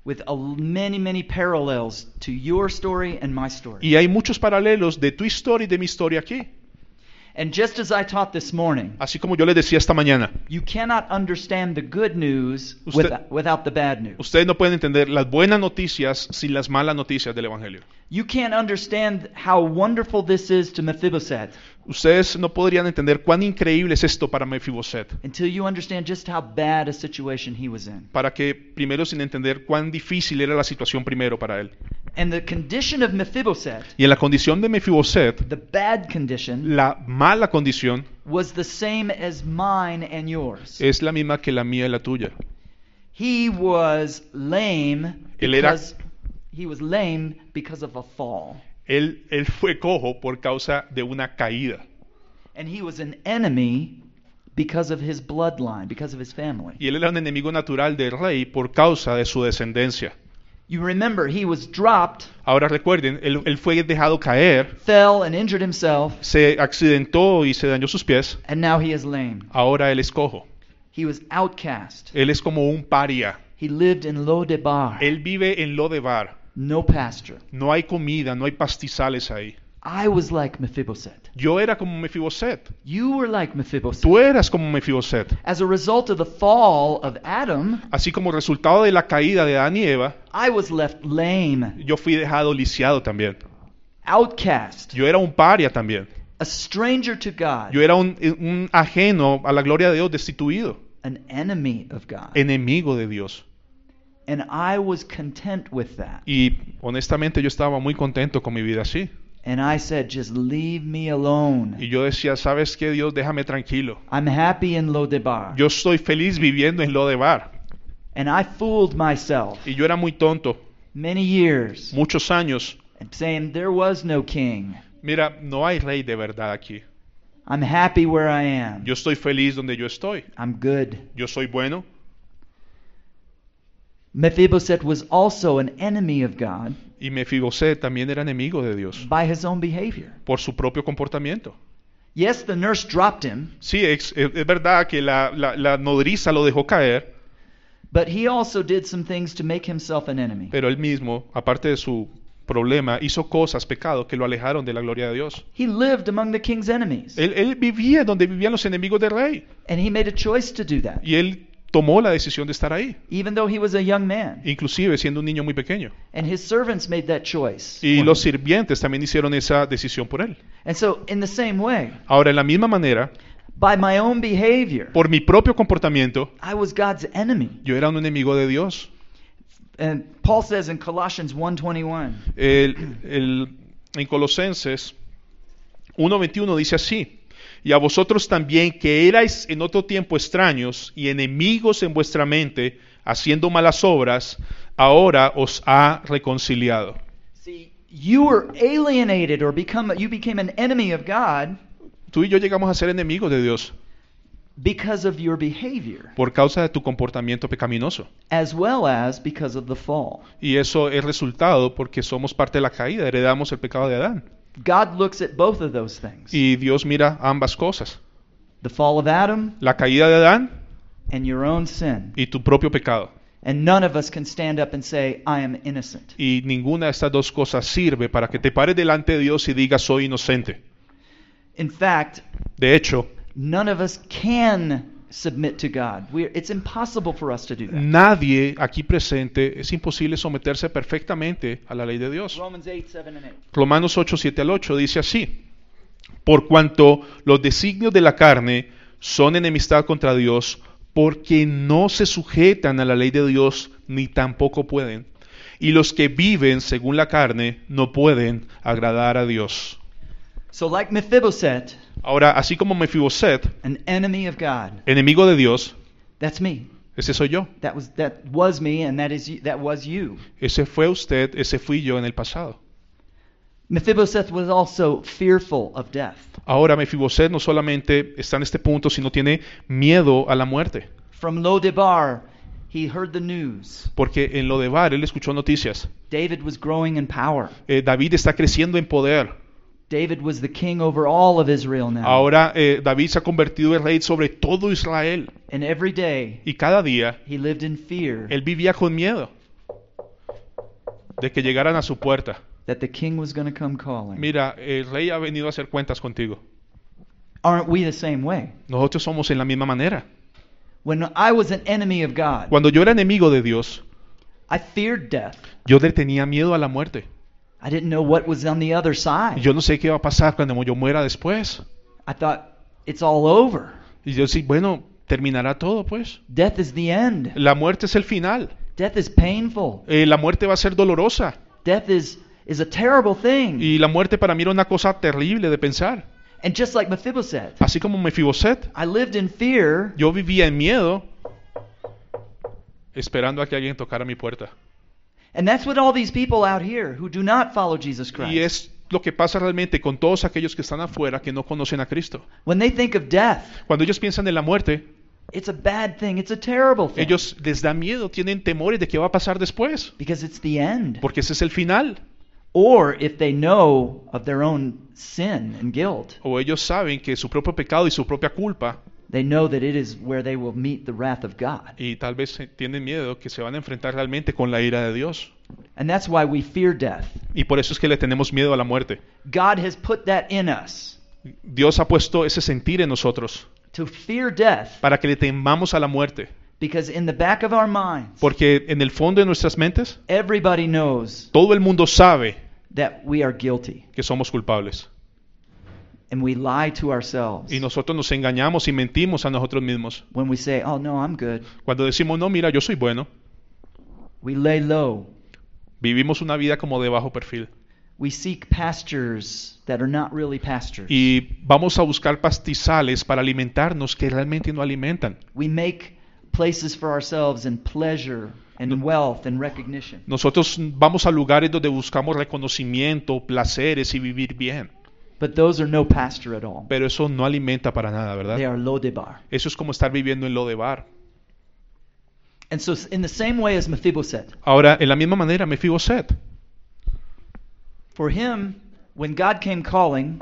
S1: with a, many, many parallels to your story and my story.
S2: Y hay muchos paralelos de tu historia y de mi historia aquí.
S1: And just as I taught this morning,
S2: Así como yo les decía esta mañana,
S1: you cannot understand the good news
S2: Usted-
S1: without, without the bad news.
S2: ustedes no pueden entender las buenas noticias sin las malas noticias del Evangelio.
S1: You can't understand how wonderful this is to Mephibosheth
S2: Ustedes no podrían entender cuán increíble es esto para Mefiboset,
S1: until you understand just how bad a situation he was in.
S2: para que primero sin entender cuán difícil era la situación primero para él.
S1: And the condition of Mephibosheth,
S2: Y en la condición de Mefiboset,
S1: the bad condition,
S2: la mala condición
S1: was the same as mine and yours.
S2: es la misma que la mía y la tuya.
S1: He was lame
S2: Él era-
S1: because he was lame because of a fall.
S2: Él, él fue cojo por causa de una caída.
S1: And he was an enemy because of his bloodline, because of his family.
S2: Y él era un enemigo natural del rey por causa de su descendencia.
S1: You remember he was dropped,
S2: Ahora recuerden, él, él fue dejado caer,
S1: fell and injured himself,
S2: se accidentó y se dañó sus pies.
S1: and now he is lame.
S2: Ahora él es cojo.
S1: He was outcast.
S2: Él es como un paria.
S1: He lived in Lodebar,
S2: Él vive en Lodebar.
S1: no pasture.
S2: No hay comida, no hay pastizales ahí.
S1: I was like Mephibosheth.
S2: Yo era como Mefiboset.
S1: You were like Mephibosheth.
S2: Tú eras como Mefiboset.
S1: As a result of the fall of Adam,
S2: Así como resultado de la caída de Adán y Eva,
S1: I was left lame,
S2: yo fui dejado lisiado también.
S1: outcast,
S2: Yo era un paria también.
S1: a stranger to God,
S2: Yo era un, un ajeno a la gloria de Dios, destituido,
S1: an enemy of God.
S2: enemigo de Dios.
S1: And I was content with that.
S2: Y honestamente yo estaba muy contento con mi vida así.
S1: And I said, just leave me alone.
S2: Y yo decía, ¿sabes qué, Dios? Déjame tranquilo.
S1: I'm happy in Lodebar.
S2: Yo estoy feliz viviendo en Lodebar.
S1: And I fooled myself
S2: Y yo era muy tonto,
S1: many years
S2: muchos años.
S1: and saying there was no king.
S2: Mira, no hay rey de verdad aquí.
S1: I'm happy where I am.
S2: Yo estoy feliz donde yo estoy.
S1: I'm good.
S2: Yo soy bueno.
S1: Mephibosheth was also an enemy of God
S2: Y Mefiboset también era enemigo de Dios
S1: by his own behavior.
S2: por su propio comportamiento.
S1: Yes, the nurse dropped him,
S2: Sí, es, es- es verdad que la, la- la nodriza lo dejó caer,
S1: but he also did some things to make himself an enemy.
S2: pero él mismo, aparte de su problema, hizo cosas, pecados que lo alejaron de la gloria de Dios.
S1: He lived among the king's enemies,
S2: Él, él vivía donde vivían los enemigos del rey
S1: and he made a choice to do that,
S2: y él tomó la decisión de estar ahí,
S1: even though he was a young man.
S2: inclusive siendo un niño muy pequeño.
S1: And his servants made that choice. for
S2: Y
S1: him.
S2: los sirvientes también hicieron esa decisión por él.
S1: And so, in the same way,
S2: Ahora, en la misma manera,
S1: by my own behavior,
S2: por mi propio comportamiento,
S1: I was God's enemy.
S2: yo era un enemigo de Dios.
S1: And Paul says in Colossians 1:21,
S2: El- el- en Colosenses 1.21 dice así, y a vosotros también que erais en otro tiempo extraños y enemigos en vuestra mente, haciendo malas obras, ahora os ha reconciliado.
S1: see, you were alienated or become you became an enemy of God
S2: Tú y yo llegamos a ser enemigos de Dios
S1: because of your behavior
S2: por causa de tu comportamiento pecaminoso.
S1: as well as because of the fall.
S2: Y eso es resultado porque somos parte de la caída, heredamos el pecado de Adán.
S1: God looks at both of those things.
S2: Y Dios mira ambas cosas,
S1: The fall of Adam
S2: la caída de Adán
S1: and your own sin.
S2: y tu propio pecado.
S1: And none of us can stand up and say I am innocent.
S2: Y ninguna de estas dos cosas sirve para que te pares delante de Dios y digas soy inocente.
S1: In fact,
S2: De hecho,
S1: none of us can submit to God. We're, it's impossible for us to do that.
S2: nadie aquí presente es imposible someterse perfectamente a la ley de Dios.
S1: Romans 8, 7, and 8.
S2: Romanos 8, 7 al 8 dice así, por cuanto los designios de la carne son enemistad contra Dios, porque no se sujetan a la ley de Dios ni tampoco pueden. Y los que viven según la carne no pueden agradar a Dios.
S1: So, like Mephibosheth,
S2: Ahora, así como Mefiboset,
S1: an enemy of God,
S2: enemigo de Dios,
S1: that's me.
S2: Ese soy yo.
S1: That was that was me, and that is you, that was you.
S2: Ese fue usted, ese fui yo en el pasado.
S1: Mephibosheth was also fearful of death.
S2: Ahora Mefiboset no solamente está en este punto, sino tiene miedo a la muerte.
S1: From Lodebar, he heard the news.
S2: Porque en lo de Bar él escuchó noticias.
S1: David was growing in power.
S2: Eh, David está creciendo en poder.
S1: David was the king over all of Israel now.
S2: Ahora eh, David se ha convertido en rey sobre todo Israel.
S1: And every day
S2: Y cada día
S1: he lived in fear
S2: él vivía con miedo de que llegaran a su puerta.
S1: that the king was going to come calling.
S2: Mira, el rey ha venido a hacer cuentas contigo.
S1: Aren't we the same way?
S2: Nosotros somos en la misma manera.
S1: When I was an enemy of God,
S2: Cuando yo era enemigo de Dios,
S1: I feared death.
S2: yo le tenía miedo a la muerte.
S1: I didn't know what was on the other side.
S2: Yo no sé qué va a pasar cuando yo muera después.
S1: I thought it's all over.
S2: Y yo sí, bueno, terminará todo, pues.
S1: Death is the end.
S2: La muerte es el final.
S1: Death is painful.
S2: Eh, la muerte va a ser dolorosa.
S1: Death is is a terrible thing.
S2: Y la muerte para mí era una cosa terrible de pensar.
S1: And just like Mephibosheth,
S2: Así como Mefiboset,
S1: I lived in fear
S2: yo vivía en miedo, esperando a que alguien tocara mi puerta.
S1: And that's what all these people out here who do not follow Jesus Christ.
S2: Y es lo que pasa realmente con todos aquellos que están afuera que no conocen a Cristo.
S1: When they think of death,
S2: Cuando ellos piensan en la muerte,
S1: it's a bad thing. It's a terrible thing.
S2: ellos les da miedo, tienen temores de qué va a pasar después,
S1: because it's the end.
S2: porque ese es el final.
S1: or if they know of their own sin and guilt,
S2: O ellos saben que su propio pecado y su propia culpa
S1: they know that it is where they will meet the wrath of God.
S2: y tal vez eh, tienen miedo que se van a enfrentar realmente con la ira de Dios.
S1: And that's why we fear death.
S2: Y por eso es que le tenemos miedo a la muerte.
S1: God has put that in us
S2: Dios ha puesto ese sentir en nosotros
S1: to fear death
S2: para que le temamos a la muerte.
S1: because in the back of our minds,
S2: Porque en el fondo de nuestras mentes,
S1: everybody knows
S2: todo el mundo sabe
S1: that we are guilty
S2: que somos culpables.
S1: and we lie to ourselves
S2: Y nosotros nos engañamos y mentimos a nosotros mismos.
S1: when we say, "Oh no, I'm good."
S2: Cuando decimos, no, mira, yo soy bueno,
S1: We lay low.
S2: Vivimos una vida como de bajo perfil.
S1: We seek pastures that are not really pastures.
S2: Y vamos a buscar pastizales para alimentarnos que realmente no alimentan.
S1: We make places for ourselves and pleasure and wealth and recognition.
S2: Nosotros vamos a lugares donde buscamos reconocimiento, placeres y vivir bien.
S1: But those are no pasture at all.
S2: Pero eso no alimenta para nada,
S1: They
S2: ¿verdad?
S1: are Lodebar.
S2: Eso es como estar viviendo en lo de bar.
S1: And so, in the same way as Mephibosheth,
S2: Ahora, en la misma manera, Mefiboset.
S1: for him, when God came calling,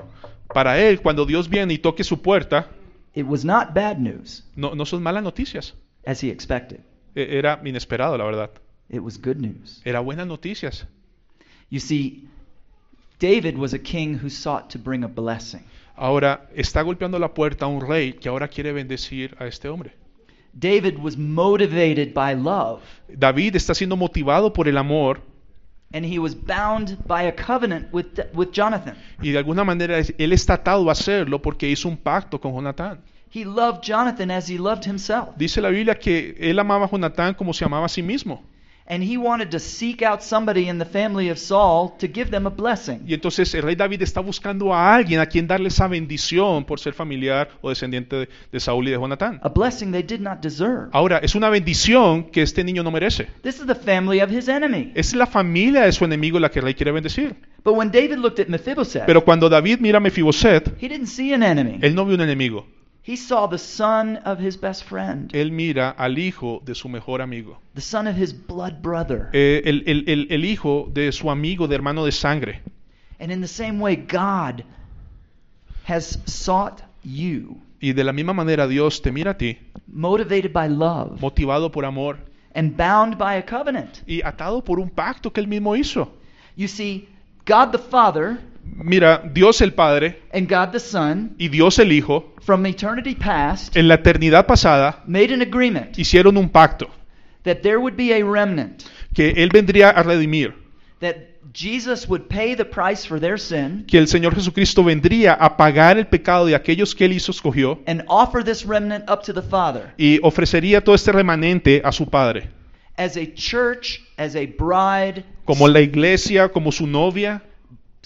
S2: Para él, cuando Dios viene y toque su puerta,
S1: it was not bad news,
S2: no, no son malas noticias.
S1: as he expected.
S2: E- Era inesperado, la verdad.
S1: It was good news.
S2: Era buenas noticias.
S1: You see, David was a king who sought to bring a blessing.
S2: Ahora, está golpeando la puerta a un rey que ahora quiere bendecir a este hombre.
S1: David was motivated by love,
S2: David está siendo motivado por el amor
S1: and he was bound by a covenant with, with Jonathan.
S2: y de alguna manera es- él está atado a hacerlo porque hizo un pacto con Jonatán.
S1: He loved Jonathan as he loved himself,
S2: Dice la Biblia que él amaba a Jonatán como se amaba a sí mismo.
S1: and he wanted to seek out somebody in the family of Saul to give them a blessing.
S2: Y entonces el rey David está buscando a alguien a quien darle esa bendición por ser familiar o descendiente de, de Saúl y de Jonatán.
S1: A blessing they did not deserve.
S2: Ahora, es una bendición que este niño no merece.
S1: This is the family of his enemy.
S2: Es la familia de su enemigo la que el rey quiere bendecir.
S1: But when David looked at Mephibosheth,
S2: Pero cuando David mira a Mefiboset,
S1: he didn't see an enemy.
S2: él no ve un enemigo.
S1: He saw the son of his best friend,
S2: Él mira al hijo de su mejor amigo.
S1: the son of his blood brother.
S2: Eh, el, el- el- el hijo de su amigo, de hermano de sangre.
S1: And in the same way, God has sought you,
S2: Y de la misma manera Dios te mira a ti,
S1: motivated by love
S2: motivado por amor
S1: and bound by a covenant.
S2: y atado por un pacto que él mismo hizo.
S1: You see, God the Father
S2: Mira, Dios el Padre
S1: and God the Son
S2: y Dios el Hijo,
S1: from eternity past
S2: en la eternidad pasada,
S1: made an agreement
S2: hicieron un pacto
S1: that there would be a remnant,
S2: que Él vendría a redimir,
S1: that Jesus would pay the price for their sin
S2: que el Señor Jesucristo vendría a pagar el pecado de aquellos que Él hizo escogió
S1: and offer this remnant up to the Father
S2: y ofrecería todo este remanente a su Padre,
S1: as a church, as a bride,
S2: como la iglesia, como su novia,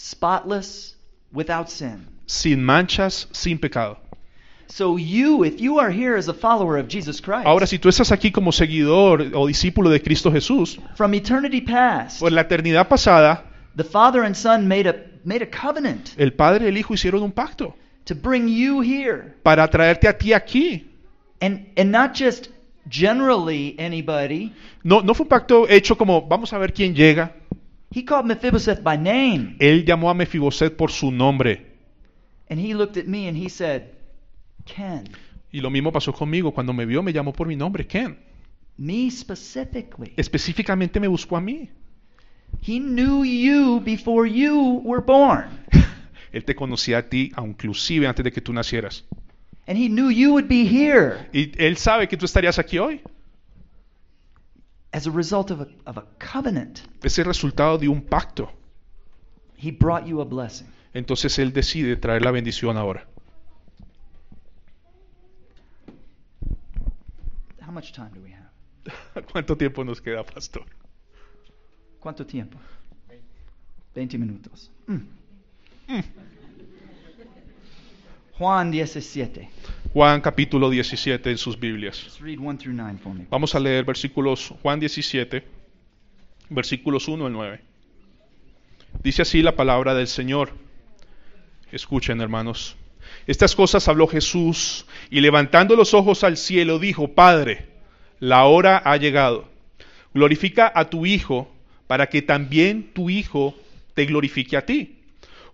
S1: spotless, without sin.
S2: sin manchas, sin pecado.
S1: So you, if you are here as a follower of Jesus Christ,
S2: Ahora, si tú estás aquí como seguidor o discípulo de Cristo Jesús,
S1: from eternity past,
S2: por la eternidad pasada,
S1: the Father and Son made a made a covenant
S2: el Padre y el Hijo hicieron un pacto
S1: to bring you here,
S2: para traerte a ti aquí.
S1: and and not just generally anybody.
S2: No, no fue un pacto hecho como vamos a ver quién llega.
S1: He called Mephibosheth by name,
S2: Él llamó a Mefiboset por su nombre.
S1: and he looked at me and he said, "Ken,
S2: Y lo mismo pasó conmigo. Cuando me vio, me llamó por mi nombre, Ken.
S1: me specifically.
S2: Específicamente me buscó a mí.
S1: He knew you before you were born,
S2: Él te conocía a ti, aun inclusive antes de que tú nacieras.
S1: and he knew you would be here
S2: Y Él sabe que tú estarías aquí hoy.
S1: as a result of a of a covenant.
S2: Es el resultado de un pacto.
S1: He brought you a blessing."
S2: Entonces Él decide traer la bendición ahora.
S1: How much time do we have?
S2: ¿Cuánto tiempo nos queda, pastor?
S1: ¿Cuánto tiempo? 20 minutos. Mm. Juan 17.
S2: Juan capítulo 17 en sus Biblias.
S1: Just read 1 through 9 for me.
S2: Vamos a leer versículos Juan 17, versículos 1 al 9. Dice así la palabra del Señor. Escuchen, hermanos. Estas cosas habló Jesús y levantando los ojos al cielo dijo, Padre, la hora ha llegado. Glorifica a tu Hijo para que también tu Hijo te glorifique a ti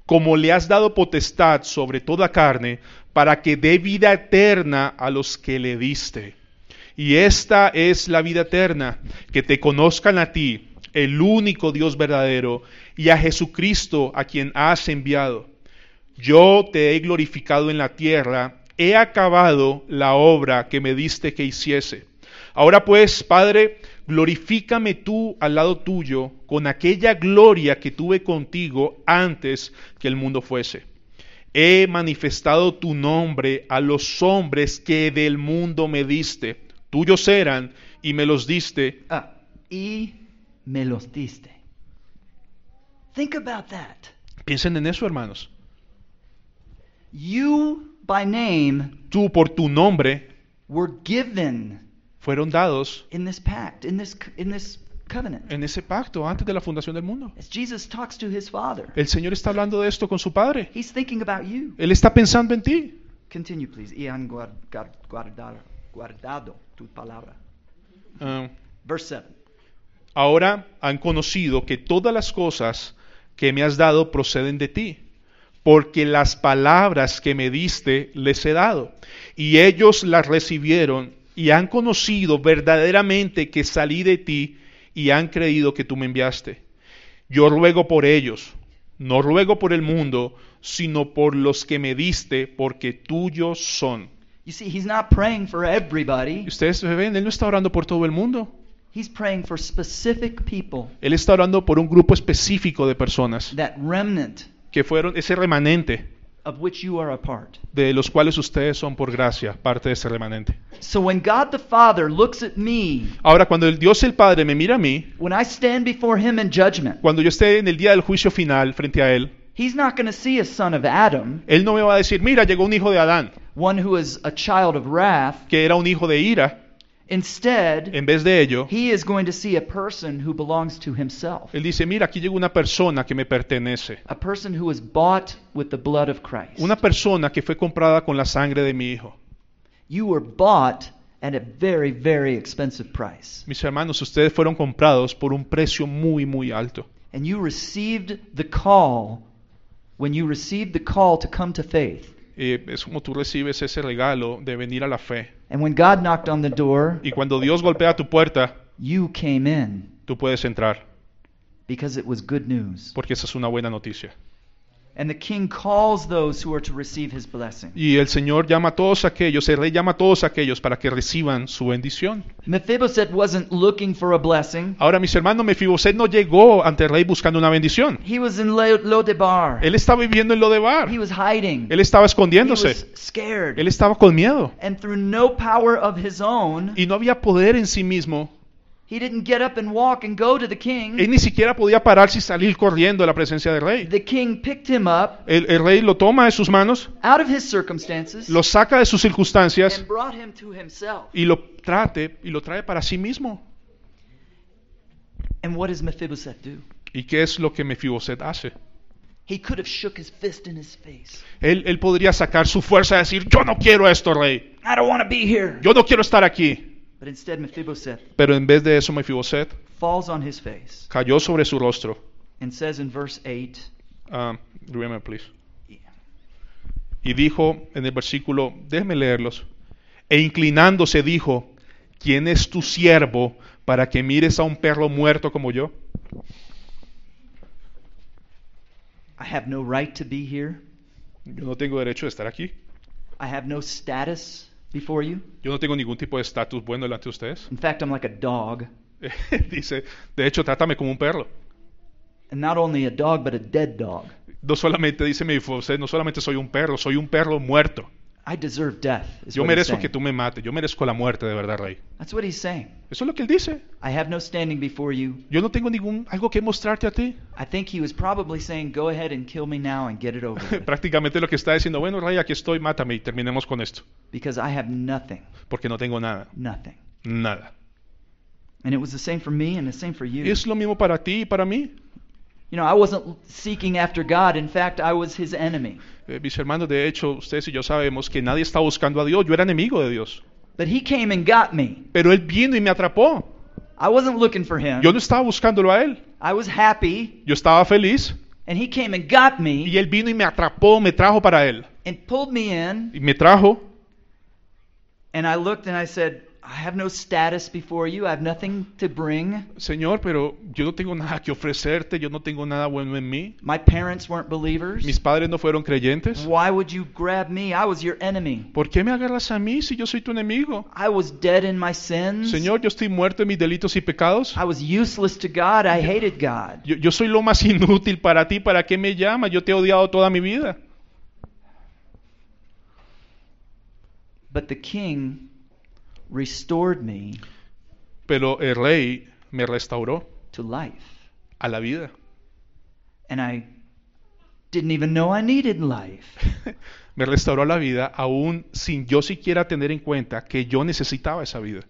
S2: como le has dado potestad sobre toda carne, para que dé vida eterna a los que le diste. Y esta es la vida eterna, que te conozcan a ti, el único Dios verdadero, y a Jesucristo a quien has enviado. Yo te he glorificado en la tierra, he acabado la obra que me diste que hiciese. Ahora pues, Padre, glorifícame tú al lado tuyo con aquella gloria que tuve contigo antes que el mundo fuese. He manifestado tu nombre a los hombres que del mundo me diste. Tuyos eran y me los diste.
S1: Ah, y me los diste. Think about that.
S2: Piensen en eso, hermanos.
S1: You, by name,
S2: Tú por tu nombre
S1: were given
S2: fueron dados
S1: in this pact, in this, co- in this covenant.
S2: en ese pacto antes de la fundación del mundo.
S1: As Jesus talks to his Father,
S2: El Señor está hablando de esto con su Padre.
S1: he's thinking about you.
S2: Él está pensando en ti.
S1: Continue, please. Y han guard, guard, guardar- guardado tu palabra.
S2: Ah,
S1: Verse 7.
S2: Ahora han conocido que todas las cosas que me has dado proceden de ti, porque las palabras que me diste les he dado, y ellos las recibieron y han conocido verdaderamente que salí de ti y han creído que tú me enviaste. Yo ruego por ellos, no ruego por el mundo, sino por los que me diste, porque tuyos son.
S1: You see, he's not praying for
S2: Y
S1: everybody.
S2: Ustedes ven, él no está orando por todo el mundo.
S1: He's praying for specific people,
S2: Él está orando por un grupo específico de personas.
S1: that remnant
S2: que fueron ese remanente
S1: of which you are a part.
S2: de los cuales ustedes son por gracia parte de ese remanente.
S1: So when God the Father looks at me,
S2: Ahora, cuando el Dios el Padre me mira a mí,
S1: when I stand before him in judgment,
S2: cuando yo esté en el día del juicio final frente a Él,
S1: he's not going to see a son of Adam,
S2: Él no me va a decir, mira, llegó un hijo de Adán,
S1: one who is a child of wrath.
S2: que era un hijo de ira.
S1: Instead,
S2: En vez de ello,
S1: he is going to see a person who belongs to himself,
S2: Él dice, mira, aquí llegó una persona que me pertenece.
S1: a person who was bought with the blood of Christ.
S2: Una persona que fue comprada con la sangre de mi hijo.
S1: You were bought at a very, very expensive price.
S2: Mis hermanos, ustedes fueron comprados por un precio muy, muy alto.
S1: And you received the call when you received the call to come to faith.
S2: Eh, es como tú recibes ese regalo de venir a la fe.
S1: And when God knocked on the door,
S2: Y cuando Dios golpea tu puerta,
S1: you came in
S2: tú puedes entrar.
S1: because it was good news.
S2: porque esa es una buena noticia.
S1: And the king calls those who are to receive his blessing.
S2: Y el Señor llama a todos aquellos, el rey llama a todos aquellos para que reciban su bendición.
S1: Mephibosheth wasn't looking for a blessing.
S2: Ahora, mis hermanos, Mefiboset no llegó ante el rey buscando una bendición.
S1: He was in Lo- Lodebar.
S2: Él estaba viviendo en lo de Bar.
S1: He was hiding.
S2: Él estaba
S1: He was
S2: escondiéndose. Él
S1: scared.
S2: estaba con miedo.
S1: And through no power of his own,
S2: Y no había poder en sí mismo.
S1: he didn't get up and walk and go to the king.
S2: Él ni siquiera podía pararse y salir corriendo a la presencia del rey.
S1: The king picked him up
S2: El, el rey lo toma de sus manos,
S1: out of his circumstances
S2: lo saca de sus circunstancias
S1: and brought him to himself.
S2: y lo trate y lo trae para sí mismo.
S1: And what does Mephibosheth do?
S2: ¿Y qué es lo que Mefiboset hace?
S1: He could have shook his fist in his face.
S2: Él, él podría sacar su fuerza y decir, yo no quiero esto, rey.
S1: I don't want to be here.
S2: Yo no quiero estar aquí.
S1: But instead, Mephibosheth
S2: Pero en vez de eso, Mefiboset
S1: falls on his face
S2: cayó sobre su rostro.
S1: and says in verse 8,
S2: Ah, remember, please. Y dijo en el versículo, déjeme leerlos. E inclinándose dijo, ¿quién es tu siervo para que mires a un perro muerto como yo?
S1: I have no right to be here.
S2: Yo no tengo derecho de estar aquí.
S1: I have no status before you.
S2: Yo no tengo ningún tipo de estatus bueno delante de ustedes.
S1: In fact, I'm like a dog.
S2: Dice, de hecho, trátame como un perro.
S1: And not only a dog, but a dead dog.
S2: No solamente, dice Mefiboset, no solamente soy un perro, soy un perro muerto.
S1: I deserve death. Is
S2: Yo
S1: what he's
S2: merezco que
S1: saying.
S2: tú me mates, yo merezco la muerte de verdad, rey.
S1: That's what he's saying.
S2: Eso es lo que él dice.
S1: I have no standing before you.
S2: Yo no tengo ningún algo que mostrarte a ti.
S1: I think he was probably saying, go ahead and kill me now and get it over with.
S2: Prácticamente lo que está diciendo, bueno, rey, aquí estoy, mátame y terminemos con esto,
S1: Because I have nothing.
S2: porque no tengo nada,
S1: Nothing.
S2: nada.
S1: And it was the same for me and the same for you.
S2: Y es lo mismo para ti y para mí.
S1: You know, I wasn't seeking after God. In fact, I was his enemy.
S2: Eh, mis hermanos, de hecho, ustedes y yo sabemos que nadie está buscando a Dios. Yo era enemigo de Dios,
S1: But he came and got me.
S2: pero él vino y me atrapó.
S1: I wasn't looking for him.
S2: Yo no estaba buscándolo a él.
S1: I was happy,
S2: Yo estaba feliz
S1: and he came and got
S2: y
S1: me
S2: él vino y me atrapó, me trajo para él
S1: and pulled me in.
S2: y me trajo.
S1: And I looked and I said, I have no status before you. I have nothing to bring.
S2: Señor, pero yo no tengo nada que ofrecerte, yo no tengo nada bueno en mí.
S1: My parents weren't believers.
S2: Mis padres no fueron creyentes.
S1: Why would you grab me? I was your enemy.
S2: ¿Por qué me agarras a mí si yo soy tu enemigo?
S1: I was dead in my sins.
S2: Señor, yo estoy muerto en mis delitos y pecados.
S1: I was useless to God. I hated God.
S2: Yo, yo soy lo más inútil para ti. ¿Para qué me llamas? Yo te he odiado toda mi vida.
S1: But the king restored me
S2: Pero el rey me restauró.
S1: to life.
S2: a la vida.
S1: And I didn't even know I needed life.
S2: Me restauró a la vida aún sin yo siquiera tener en cuenta que yo necesitaba esa vida.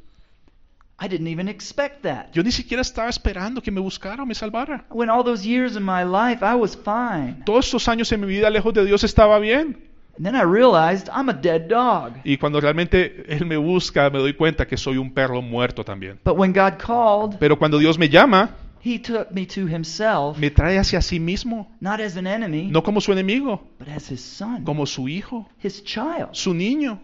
S1: I didn't even expect that.
S2: Yo ni siquiera estaba esperando que me buscara o me salvara.
S1: When all those years of my life, I was fine.
S2: Todos esos años en mi vida lejos de Dios estaba bien.
S1: And then I realized I'm a dead dog.
S2: Y cuando realmente Él me busca, me doy cuenta que soy un perro muerto también.
S1: But when God called,
S2: Pero cuando Dios me llama,
S1: He took me to Himself,
S2: me trae hacia sí mismo,
S1: not as an enemy,
S2: no como su enemigo,
S1: but as His son,
S2: como su hijo,
S1: His child.
S2: su niño.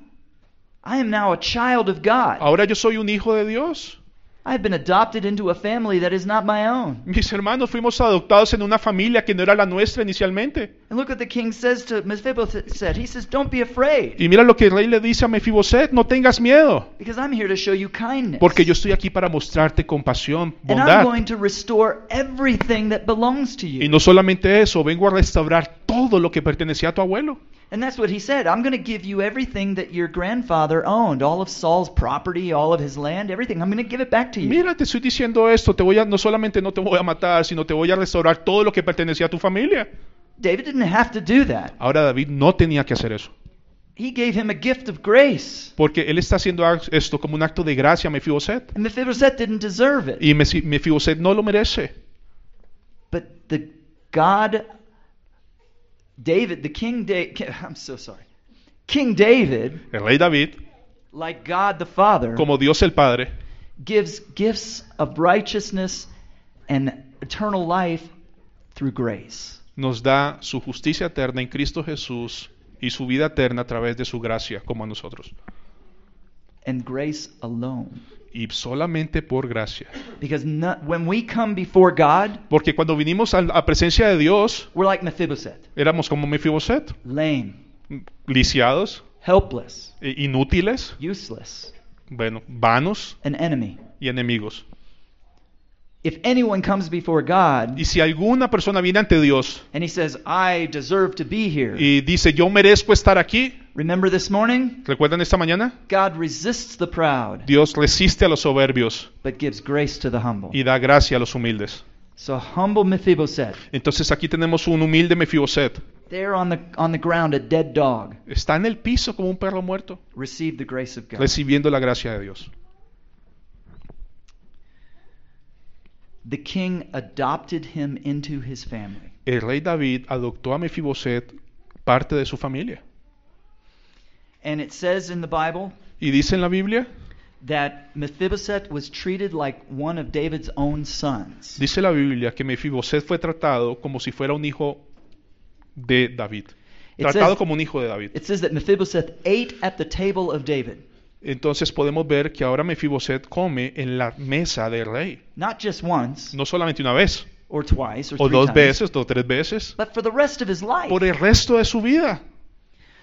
S1: I am now a child of God.
S2: Ahora yo soy un hijo de Dios.
S1: I have been adopted into a family that is not my own.
S2: Mis hermanos fuimos adoptados en una familia que no era la nuestra inicialmente.
S1: And look what the king says to Mephibosheth. said. He says, "Don't be afraid,
S2: Y mira lo que el rey le dice a Mefiboset, no tengas miedo,
S1: because I'm here to show you kindness,
S2: porque yo estoy aquí para mostrarte compasión,
S1: and I'm
S2: bondad.
S1: going to restore everything that belongs to
S2: Y
S1: you."
S2: no solamente eso, vengo a restaurar todo lo que pertenecía a tu abuelo.
S1: And that's what he said. I'm going to give you everything that your grandfather owned, all of Saul's property, all of his land, everything. I'm going to give it back to you.
S2: Mira, te estoy diciendo esto, te voy a no solamente no te voy a matar, sino te voy a restaurar todo lo que pertenecía a tu familia.
S1: David didn't have to do that.
S2: Ahora David no tenía que hacer eso,
S1: He gave him a gift of grace.
S2: porque él está haciendo ac- esto como un acto de gracia a Mefiboset
S1: And Mephibosheth didn't deserve it.
S2: y Mesi- Mefiboset no lo merece.
S1: But the God, David, the King David, I'm so sorry. King David,
S2: El rey David,
S1: like God the Father,
S2: como Dios el Padre,
S1: gives gifts of righteousness and eternal life through grace.
S2: nos da su justicia eterna en Cristo Jesús y su vida eterna a través de su gracia, como a nosotros.
S1: And grace alone.
S2: Y solamente por gracia.
S1: Because no- when we come before God,
S2: Porque cuando vinimos a la presencia de Dios,
S1: we're like Mephibosheth,
S2: éramos como Mefiboset,
S1: lame,
S2: lisiados,
S1: helpless,
S2: eh, inútiles,
S1: useless,
S2: bueno, vanos
S1: an enemy.
S2: y enemigos.
S1: If anyone comes before God
S2: Y si alguna persona viene ante Dios
S1: and he says, I deserve to be here,
S2: y dice, yo merezco estar aquí,
S1: remember this morning?
S2: ¿recuerdan esta mañana?
S1: God resists the proud,
S2: Dios resiste a los soberbios
S1: but gives grace to the humble.
S2: y da gracia a los humildes.
S1: So humble Mephibosheth,
S2: Entonces aquí tenemos un humilde Mefiboset.
S1: there on the, on the ground, a dead dog,
S2: Está en el piso como un perro muerto,
S1: received the grace of God.
S2: recibiendo la gracia de Dios.
S1: The king adopted him into his family.
S2: El rey David adoptó a Mefiboset parte de su familia.
S1: And it says in the Bible
S2: Y dice en la Biblia,
S1: that Mephibosheth was treated like one of David's own sons.
S2: dice la Biblia que Mefiboset fue tratado como si fuera un hijo de David.
S1: It
S2: Tratado
S1: says,
S2: como un hijo de David.
S1: it says that Mephibosheth ate at the table of David.
S2: Entonces podemos ver que ahora Mefiboset come en la mesa del rey.
S1: Not just once
S2: No solamente una vez,
S1: or twice or
S2: o
S1: three
S2: dos
S1: times,
S2: veces, o tres veces.
S1: but for the rest of his life.
S2: Por el resto de su vida.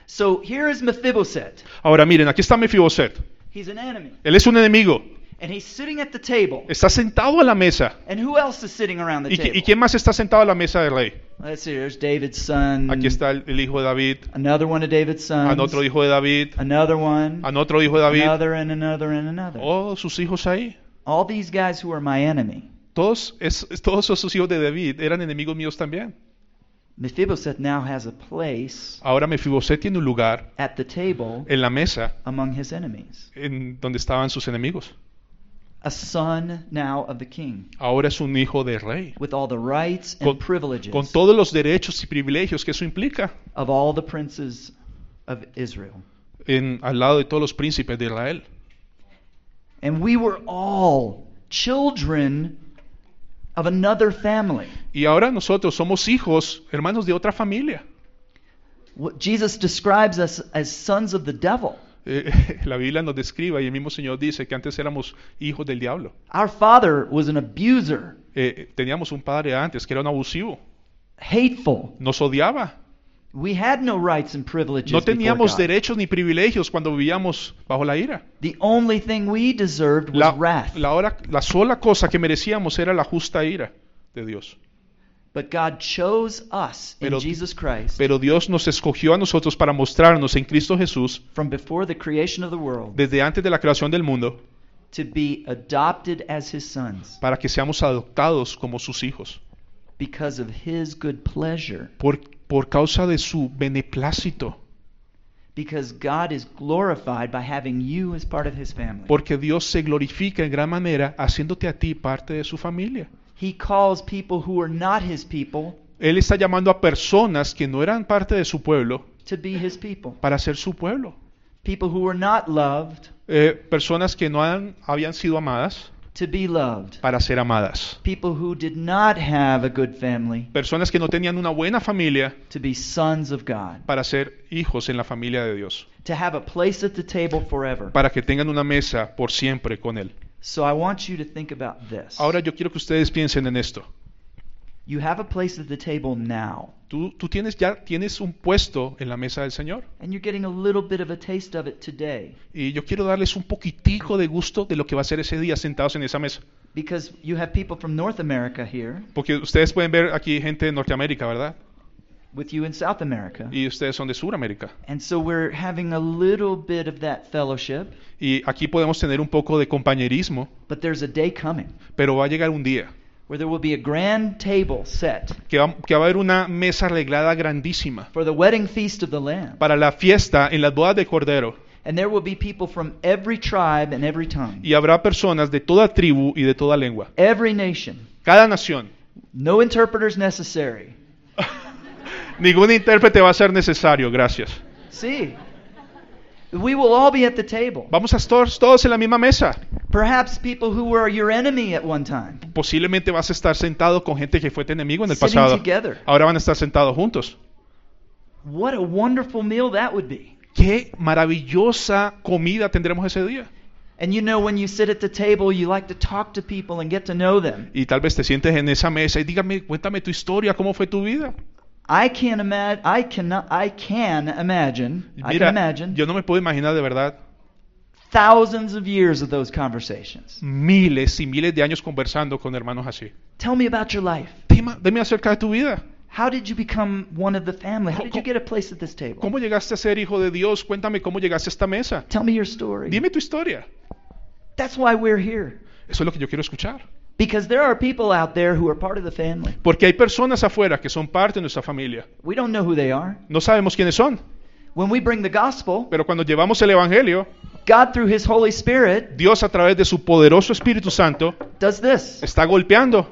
S1: So here is Mephibosheth.
S2: Ahora miren, aquí está Mefiboset.
S1: He's an enemy.
S2: Él es un enemigo.
S1: And he's sitting at the table.
S2: Está sentado a la mesa.
S1: And who else is sitting around the
S2: ¿Y, qui-
S1: table?
S2: y quién más está sentado a la mesa del rey?
S1: Let's see, there's David's son.
S2: Aquí está el, el hijo de David,
S1: Another one of David's sons.
S2: an otro hijo de David,
S1: Another one.
S2: an otro hijo de David.
S1: Ah, Another and another and another.
S2: Oh, sus hijos ahí.
S1: All these guys who are my enemy.
S2: Todos, es- todos esos hijos de David eran enemigos míos también.
S1: Mephibosheth now has a place
S2: Ahora Mefiboset tiene un lugar
S1: at the table
S2: en la mesa
S1: among his enemies.
S2: en donde estaban sus enemigos.
S1: A son now of the king,
S2: Ahora es un hijo de rey,
S1: with all the rights and
S2: Con-
S1: privileges
S2: con todos los derechos y privilegios que eso implica,
S1: of all the princes of Israel.
S2: en, al lado de todos los príncipes de Israel.
S1: And we were all children of another family.
S2: Y ahora nosotros somos hijos, hermanos de otra familia.
S1: What Jesus describes us as sons of the devil.
S2: Eh, la Biblia nos describe y el mismo Señor dice que antes éramos hijos del diablo.
S1: Our father was an abuser,
S2: Eh, teníamos un padre antes que era un abusivo,
S1: hateful.
S2: nos odiaba,
S1: We had no rights and privileges.
S2: no
S1: before
S2: teníamos
S1: God.
S2: derechos ni privilegios cuando vivíamos bajo la ira.
S1: The only thing we deserved was
S2: La,
S1: wrath.
S2: la hora- la sola cosa que merecíamos era la justa ira de Dios.
S1: But God chose us in
S2: Pero-
S1: Jesus Christ
S2: Pero Dios nos escogió a nosotros para mostrarnos en Cristo Jesús
S1: from before the creation of the world
S2: desde antes de la creación del mundo
S1: to be adopted as his sons
S2: para que seamos adoptados como sus hijos,
S1: because of his good pleasure.
S2: por, por causa de su beneplácito,
S1: Because God is glorified by having you as part of his family.
S2: porque Dios se glorifica en gran manera haciéndote a ti parte de su familia.
S1: He calls people who are not his people
S2: Él está llamando a personas que no eran parte de su pueblo
S1: to be his people.
S2: para ser su pueblo.
S1: People who are not loved
S2: Eh, personas que no han- habían sido amadas
S1: to be loved.
S2: para ser amadas.
S1: People who did not have a good family
S2: Personas que no tenían una buena familia
S1: to be sons of God.
S2: para ser hijos en la familia de Dios.
S1: To have a place at the table forever.
S2: Para que tengan una mesa por siempre con Él.
S1: So I want you to think about this.
S2: Ahora yo quiero que ustedes piensen en esto.
S1: You have a place at the table now,
S2: Tú, tú tienes ya tienes un puesto en la mesa del Señor.
S1: and you're getting a little bit of a taste of it today
S2: Y yo quiero darles un poquitico de gusto de lo que va a ser ese día sentados en esa mesa.
S1: because you have people from North America here
S2: Porque ustedes pueden ver aquí gente de Norteamérica, ¿verdad?
S1: with you in South America.
S2: Y ustedes son de Suramérica.
S1: And so we're having a little bit of that fellowship,
S2: Y aquí podemos tener un poco de compañerismo,
S1: but there's a day coming
S2: pero va a llegar un día
S1: where there will be a grand table set
S2: que va, que va a haber una mesa arreglada grandísima
S1: for the wedding feast of the Lamb.
S2: para la fiesta en las bodas de Cordero.
S1: And there will be people from every tribe and every tongue,
S2: Y habrá personas de toda tribu y de toda lengua.
S1: every nation.
S2: Cada nación.
S1: No interpreters necessary.
S2: Ningún intérprete va a ser necesario, gracias.
S1: See, we will all be at the table.
S2: Vamos a estar todos en la misma mesa.
S1: Perhaps people who were your enemy at one time,
S2: Posiblemente vas a estar sentado con gente que fue tu enemigo en el
S1: sitting
S2: pasado.
S1: together.
S2: Ahora van a estar sentados juntos.
S1: What a wonderful meal that would be.
S2: Qué maravillosa comida tendremos ese día.
S1: And you know, when you sit at the table, you like to talk to people and get to know them.
S2: Y tal vez te sientes en esa mesa y dígame, cuéntame tu historia, cómo fue tu vida.
S1: I can't imagine. I cannot. I can imagine. I can
S2: Mira,
S1: imagine
S2: yo no me puedo imaginar de verdad
S1: thousands of years of those conversations.
S2: miles y miles de años conversando con hermanos así.
S1: Tell me about your life.
S2: Dime, dime acerca de tu vida.
S1: How did you become one of the family? How did you get a place at this table?
S2: ¿Cómo llegaste a ser hijo de Dios? Cuéntame cómo llegaste a esta mesa.
S1: Tell me your story.
S2: Dime tu historia.
S1: That's why we're here.
S2: Eso es lo que yo quiero escuchar.
S1: Because there are people out there who are part of the family.
S2: Porque hay personas afuera que son parte de nuestra familia.
S1: We don't know who they are.
S2: No sabemos quiénes son,
S1: When we bring the gospel,
S2: pero cuando llevamos el Evangelio,
S1: God, through His Holy Spirit,
S2: Dios a través de su poderoso Espíritu Santo
S1: does this.
S2: está golpeando.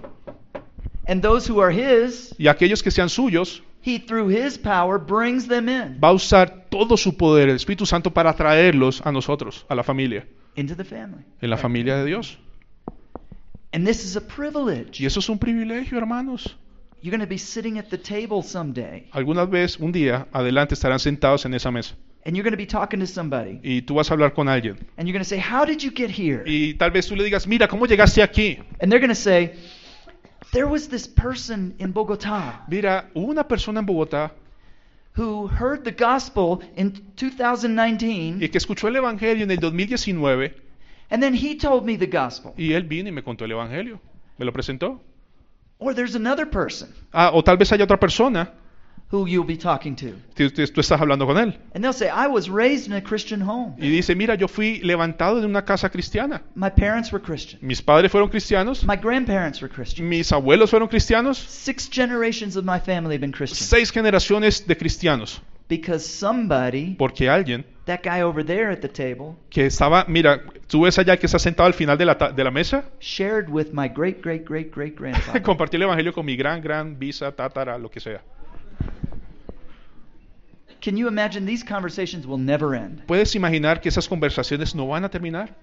S1: And those who are His,
S2: Y aquellos que sean suyos,
S1: He, through His power, brings them in
S2: va a usar todo su poder, el Espíritu Santo, para traerlos a nosotros, a la familia,
S1: into the family.
S2: en la familia de Dios.
S1: And this is a privilege.
S2: Y eso es un privilegio, hermanos.
S1: You're going to be sitting at the table someday,
S2: Alguna vez, un día, adelante estarán sentados en esa mesa.
S1: and you're going to be talking to somebody,
S2: Y tú vas a hablar con alguien.
S1: and you're going to say, How did you get here?
S2: Y tal vez tú le digas, mira, ¿cómo llegaste aquí?
S1: And they're going to say, There was this person in Bogota
S2: Mira, hubo una persona en Bogotá
S1: who heard the gospel in
S2: y
S1: 2019,
S2: que escuchó el Evangelio en el 2019
S1: and then he told me the gospel.
S2: y él vino y me contó el Evangelio. Me lo presentó.
S1: Or there's another person
S2: Ah, o tal vez haya otra persona,
S1: who you'll be talking to.
S2: tú, tú- tú estás hablando con él,
S1: And they'll say, I was raised in a Christian home.
S2: y dice, mira, yo fui levantado en una casa cristiana.
S1: My parents were Christian.
S2: Mis padres fueron cristianos,
S1: My grandparents were Christian.
S2: mis abuelos fueron cristianos,
S1: Six generations of my family have been Christian.
S2: seis generaciones de cristianos.
S1: Because somebody,
S2: Porque alguien
S1: that guy over there at the table,
S2: que estaba, mira, tú ves allá que está sentado al final de la, ta- de la mesa,
S1: shared with my great, great, great, great grandfather.
S2: compartió el Evangelio con mi gran, gran visa, tátara, lo que sea.
S1: Can you imagine these conversations will never end?
S2: ¿Puedes imaginar que esas conversaciones no van a terminar?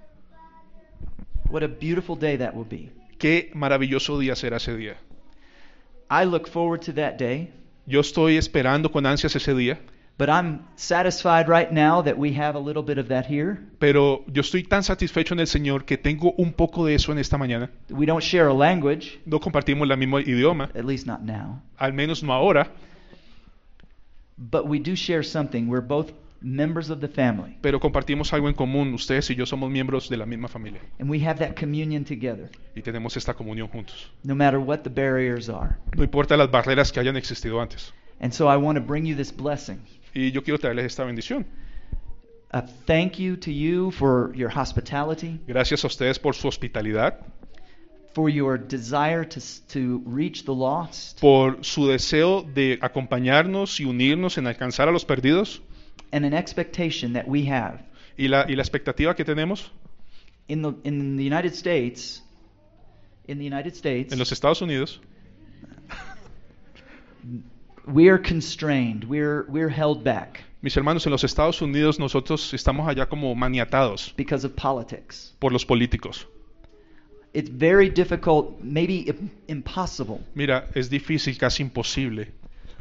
S1: What a beautiful day that will be.
S2: Qué maravilloso día será ese día.
S1: I look forward to that day,
S2: Yo estoy esperando con ansias ese día,
S1: but I'm satisfied right now that we have a little bit of that here.
S2: pero yo estoy tan satisfecho en el Señor que tengo un poco de eso en esta mañana.
S1: We don't share a language,
S2: No compartimos el mismo idioma,
S1: at least not now,
S2: al menos no ahora,
S1: but we do share something. We're both members of the family,
S2: pero compartimos algo en común. Ustedes y yo somos miembros de la misma familia
S1: and we have that communion together,
S2: y tenemos esta comunión juntos.
S1: no matter what the barriers are.
S2: No importa las barreras que hayan existido antes.
S1: And so I want to bring you this blessing.
S2: Y yo quiero traerles esta bendición.
S1: a thank you to you for your hospitality,
S2: Gracias a ustedes por su hospitalidad,
S1: for your desire to, s- to reach the lost,
S2: por su deseo de acompañarnos y unirnos en alcanzar a los perdidos
S1: and an expectation that we have.
S2: y la, y la expectativa que tenemos
S1: In the, in the United States, in the United States,
S2: en los Estados Unidos.
S1: we are constrained. We're, we're held back
S2: Mis hermanos, en los Estados Unidos nosotros estamos allá como maniatados
S1: because of politics.
S2: por los políticos.
S1: It's very difficult, maybe im- impossible,
S2: Mira, es difícil, casi imposible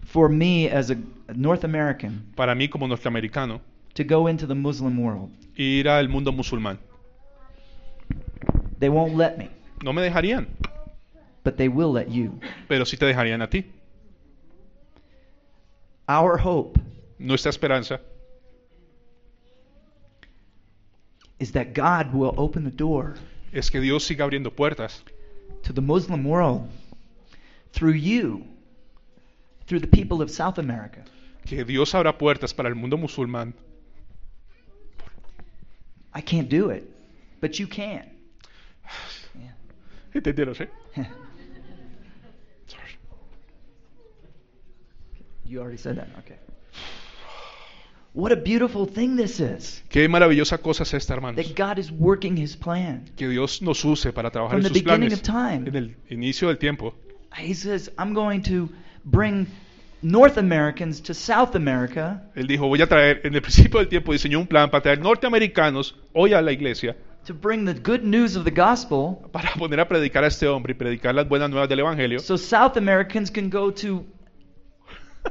S1: for me as a North American
S2: para mí como norteamericano
S1: to go into the Muslim world.
S2: ir al mundo musulmán.
S1: They won't let me,
S2: No me dejarían,
S1: but they will let you.
S2: pero sí te dejarían a ti.
S1: Our hope
S2: Nuestra esperanza
S1: is that God will open the door
S2: es que Dios siga abriendo puertas
S1: to the Muslim world through you, through the people of South America.
S2: que Dios abra puertas para el mundo musulmán.
S1: I can't do it, but you can.
S2: ¿Entendieron, sí? Sorry.
S1: you already said that. Okay. What a beautiful thing this is
S2: Qué maravillosa cosa es esta, hermanos.
S1: that God is working his plan.
S2: Que Dios nos use para trabajar
S1: From
S2: en
S1: the
S2: sus
S1: beginning
S2: planes.
S1: of time.
S2: En el inicio del tiempo.
S1: He says, I'm going to bring North Americans to South America
S2: Él dijo, voy a traer, en el principio del tiempo diseñó un plan para traer norteamericanos hoy a la iglesia
S1: to bring the good news of the gospel
S2: para poner a predicar a este hombre y predicar las buenas nuevas del Evangelio.
S1: so South Americans can go to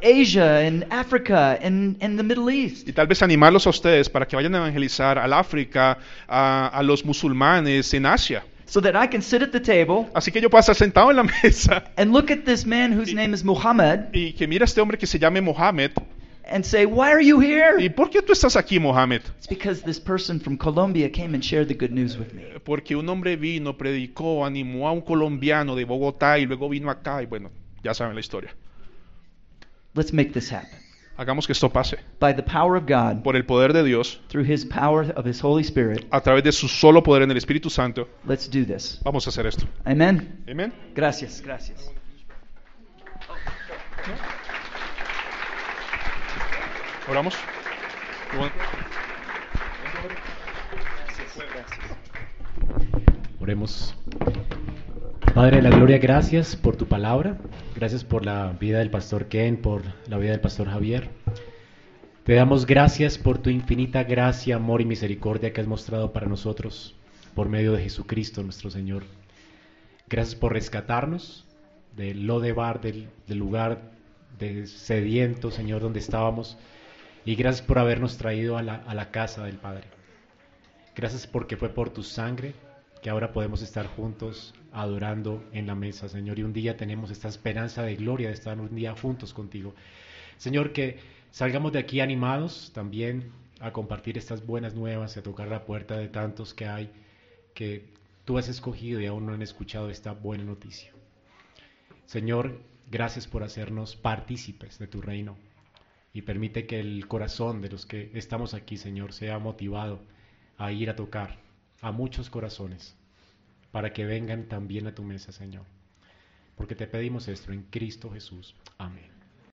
S1: Asia and Africa and, and the Middle East.
S2: Y tal vez animarlos a ustedes para que vayan a evangelizar al África, a, a los musulmanes en Asia.
S1: So that I can sit at the table
S2: Así que yo paso sentado en la mesa
S1: and look at this man whose name is Muhammad
S2: y que mira a este hombre que se llame Mohamed.
S1: and say, Why are you here?
S2: ¿Y por qué tú estás aquí, Mohamed?
S1: It's because this person from Colombia came and shared the good news with me.
S2: Porque un hombre vino, predicó, animó a un colombiano de Bogotá y luego vino acá y bueno, ya saben la historia.
S1: Let's make this happen.
S2: Hagamos que esto pase.
S1: By the power of God,
S2: Por el poder de Dios,
S1: through his power of his Holy Spirit,
S2: a través de su solo poder en el Espíritu Santo,
S1: let's do this.
S2: vamos a hacer esto.
S1: Amen.
S2: Amén.
S1: Gracias, gracias.
S2: Oramos. Qué bueno.
S3: Oremos. Padre de la Gloria, gracias por tu palabra. Gracias por la vida del pastor Ken, por la vida del pastor Javier. Te damos gracias por tu infinita gracia, amor y misericordia que has mostrado para nosotros por medio de Jesucristo nuestro Señor. Gracias por rescatarnos del lodebar, del, del lugar de sediento, Señor, donde estábamos. Y gracias por habernos traído a la- a la casa del Padre. Gracias porque fue por tu sangre que ahora podemos estar juntos adorando en la mesa, Señor. Y un día tenemos esta esperanza de gloria de estar un día juntos contigo. Señor, que salgamos de aquí animados también a compartir estas buenas nuevas y a tocar la puerta de tantos que hay que tú has escogido y aún no han escuchado esta buena noticia. Señor, gracias por hacernos partícipes de tu reino y permite que el corazón de los que estamos aquí, Señor, sea motivado a ir a tocar a muchos corazones para que vengan también a tu mesa, Señor. Porque te pedimos esto en Cristo Jesús. Amén.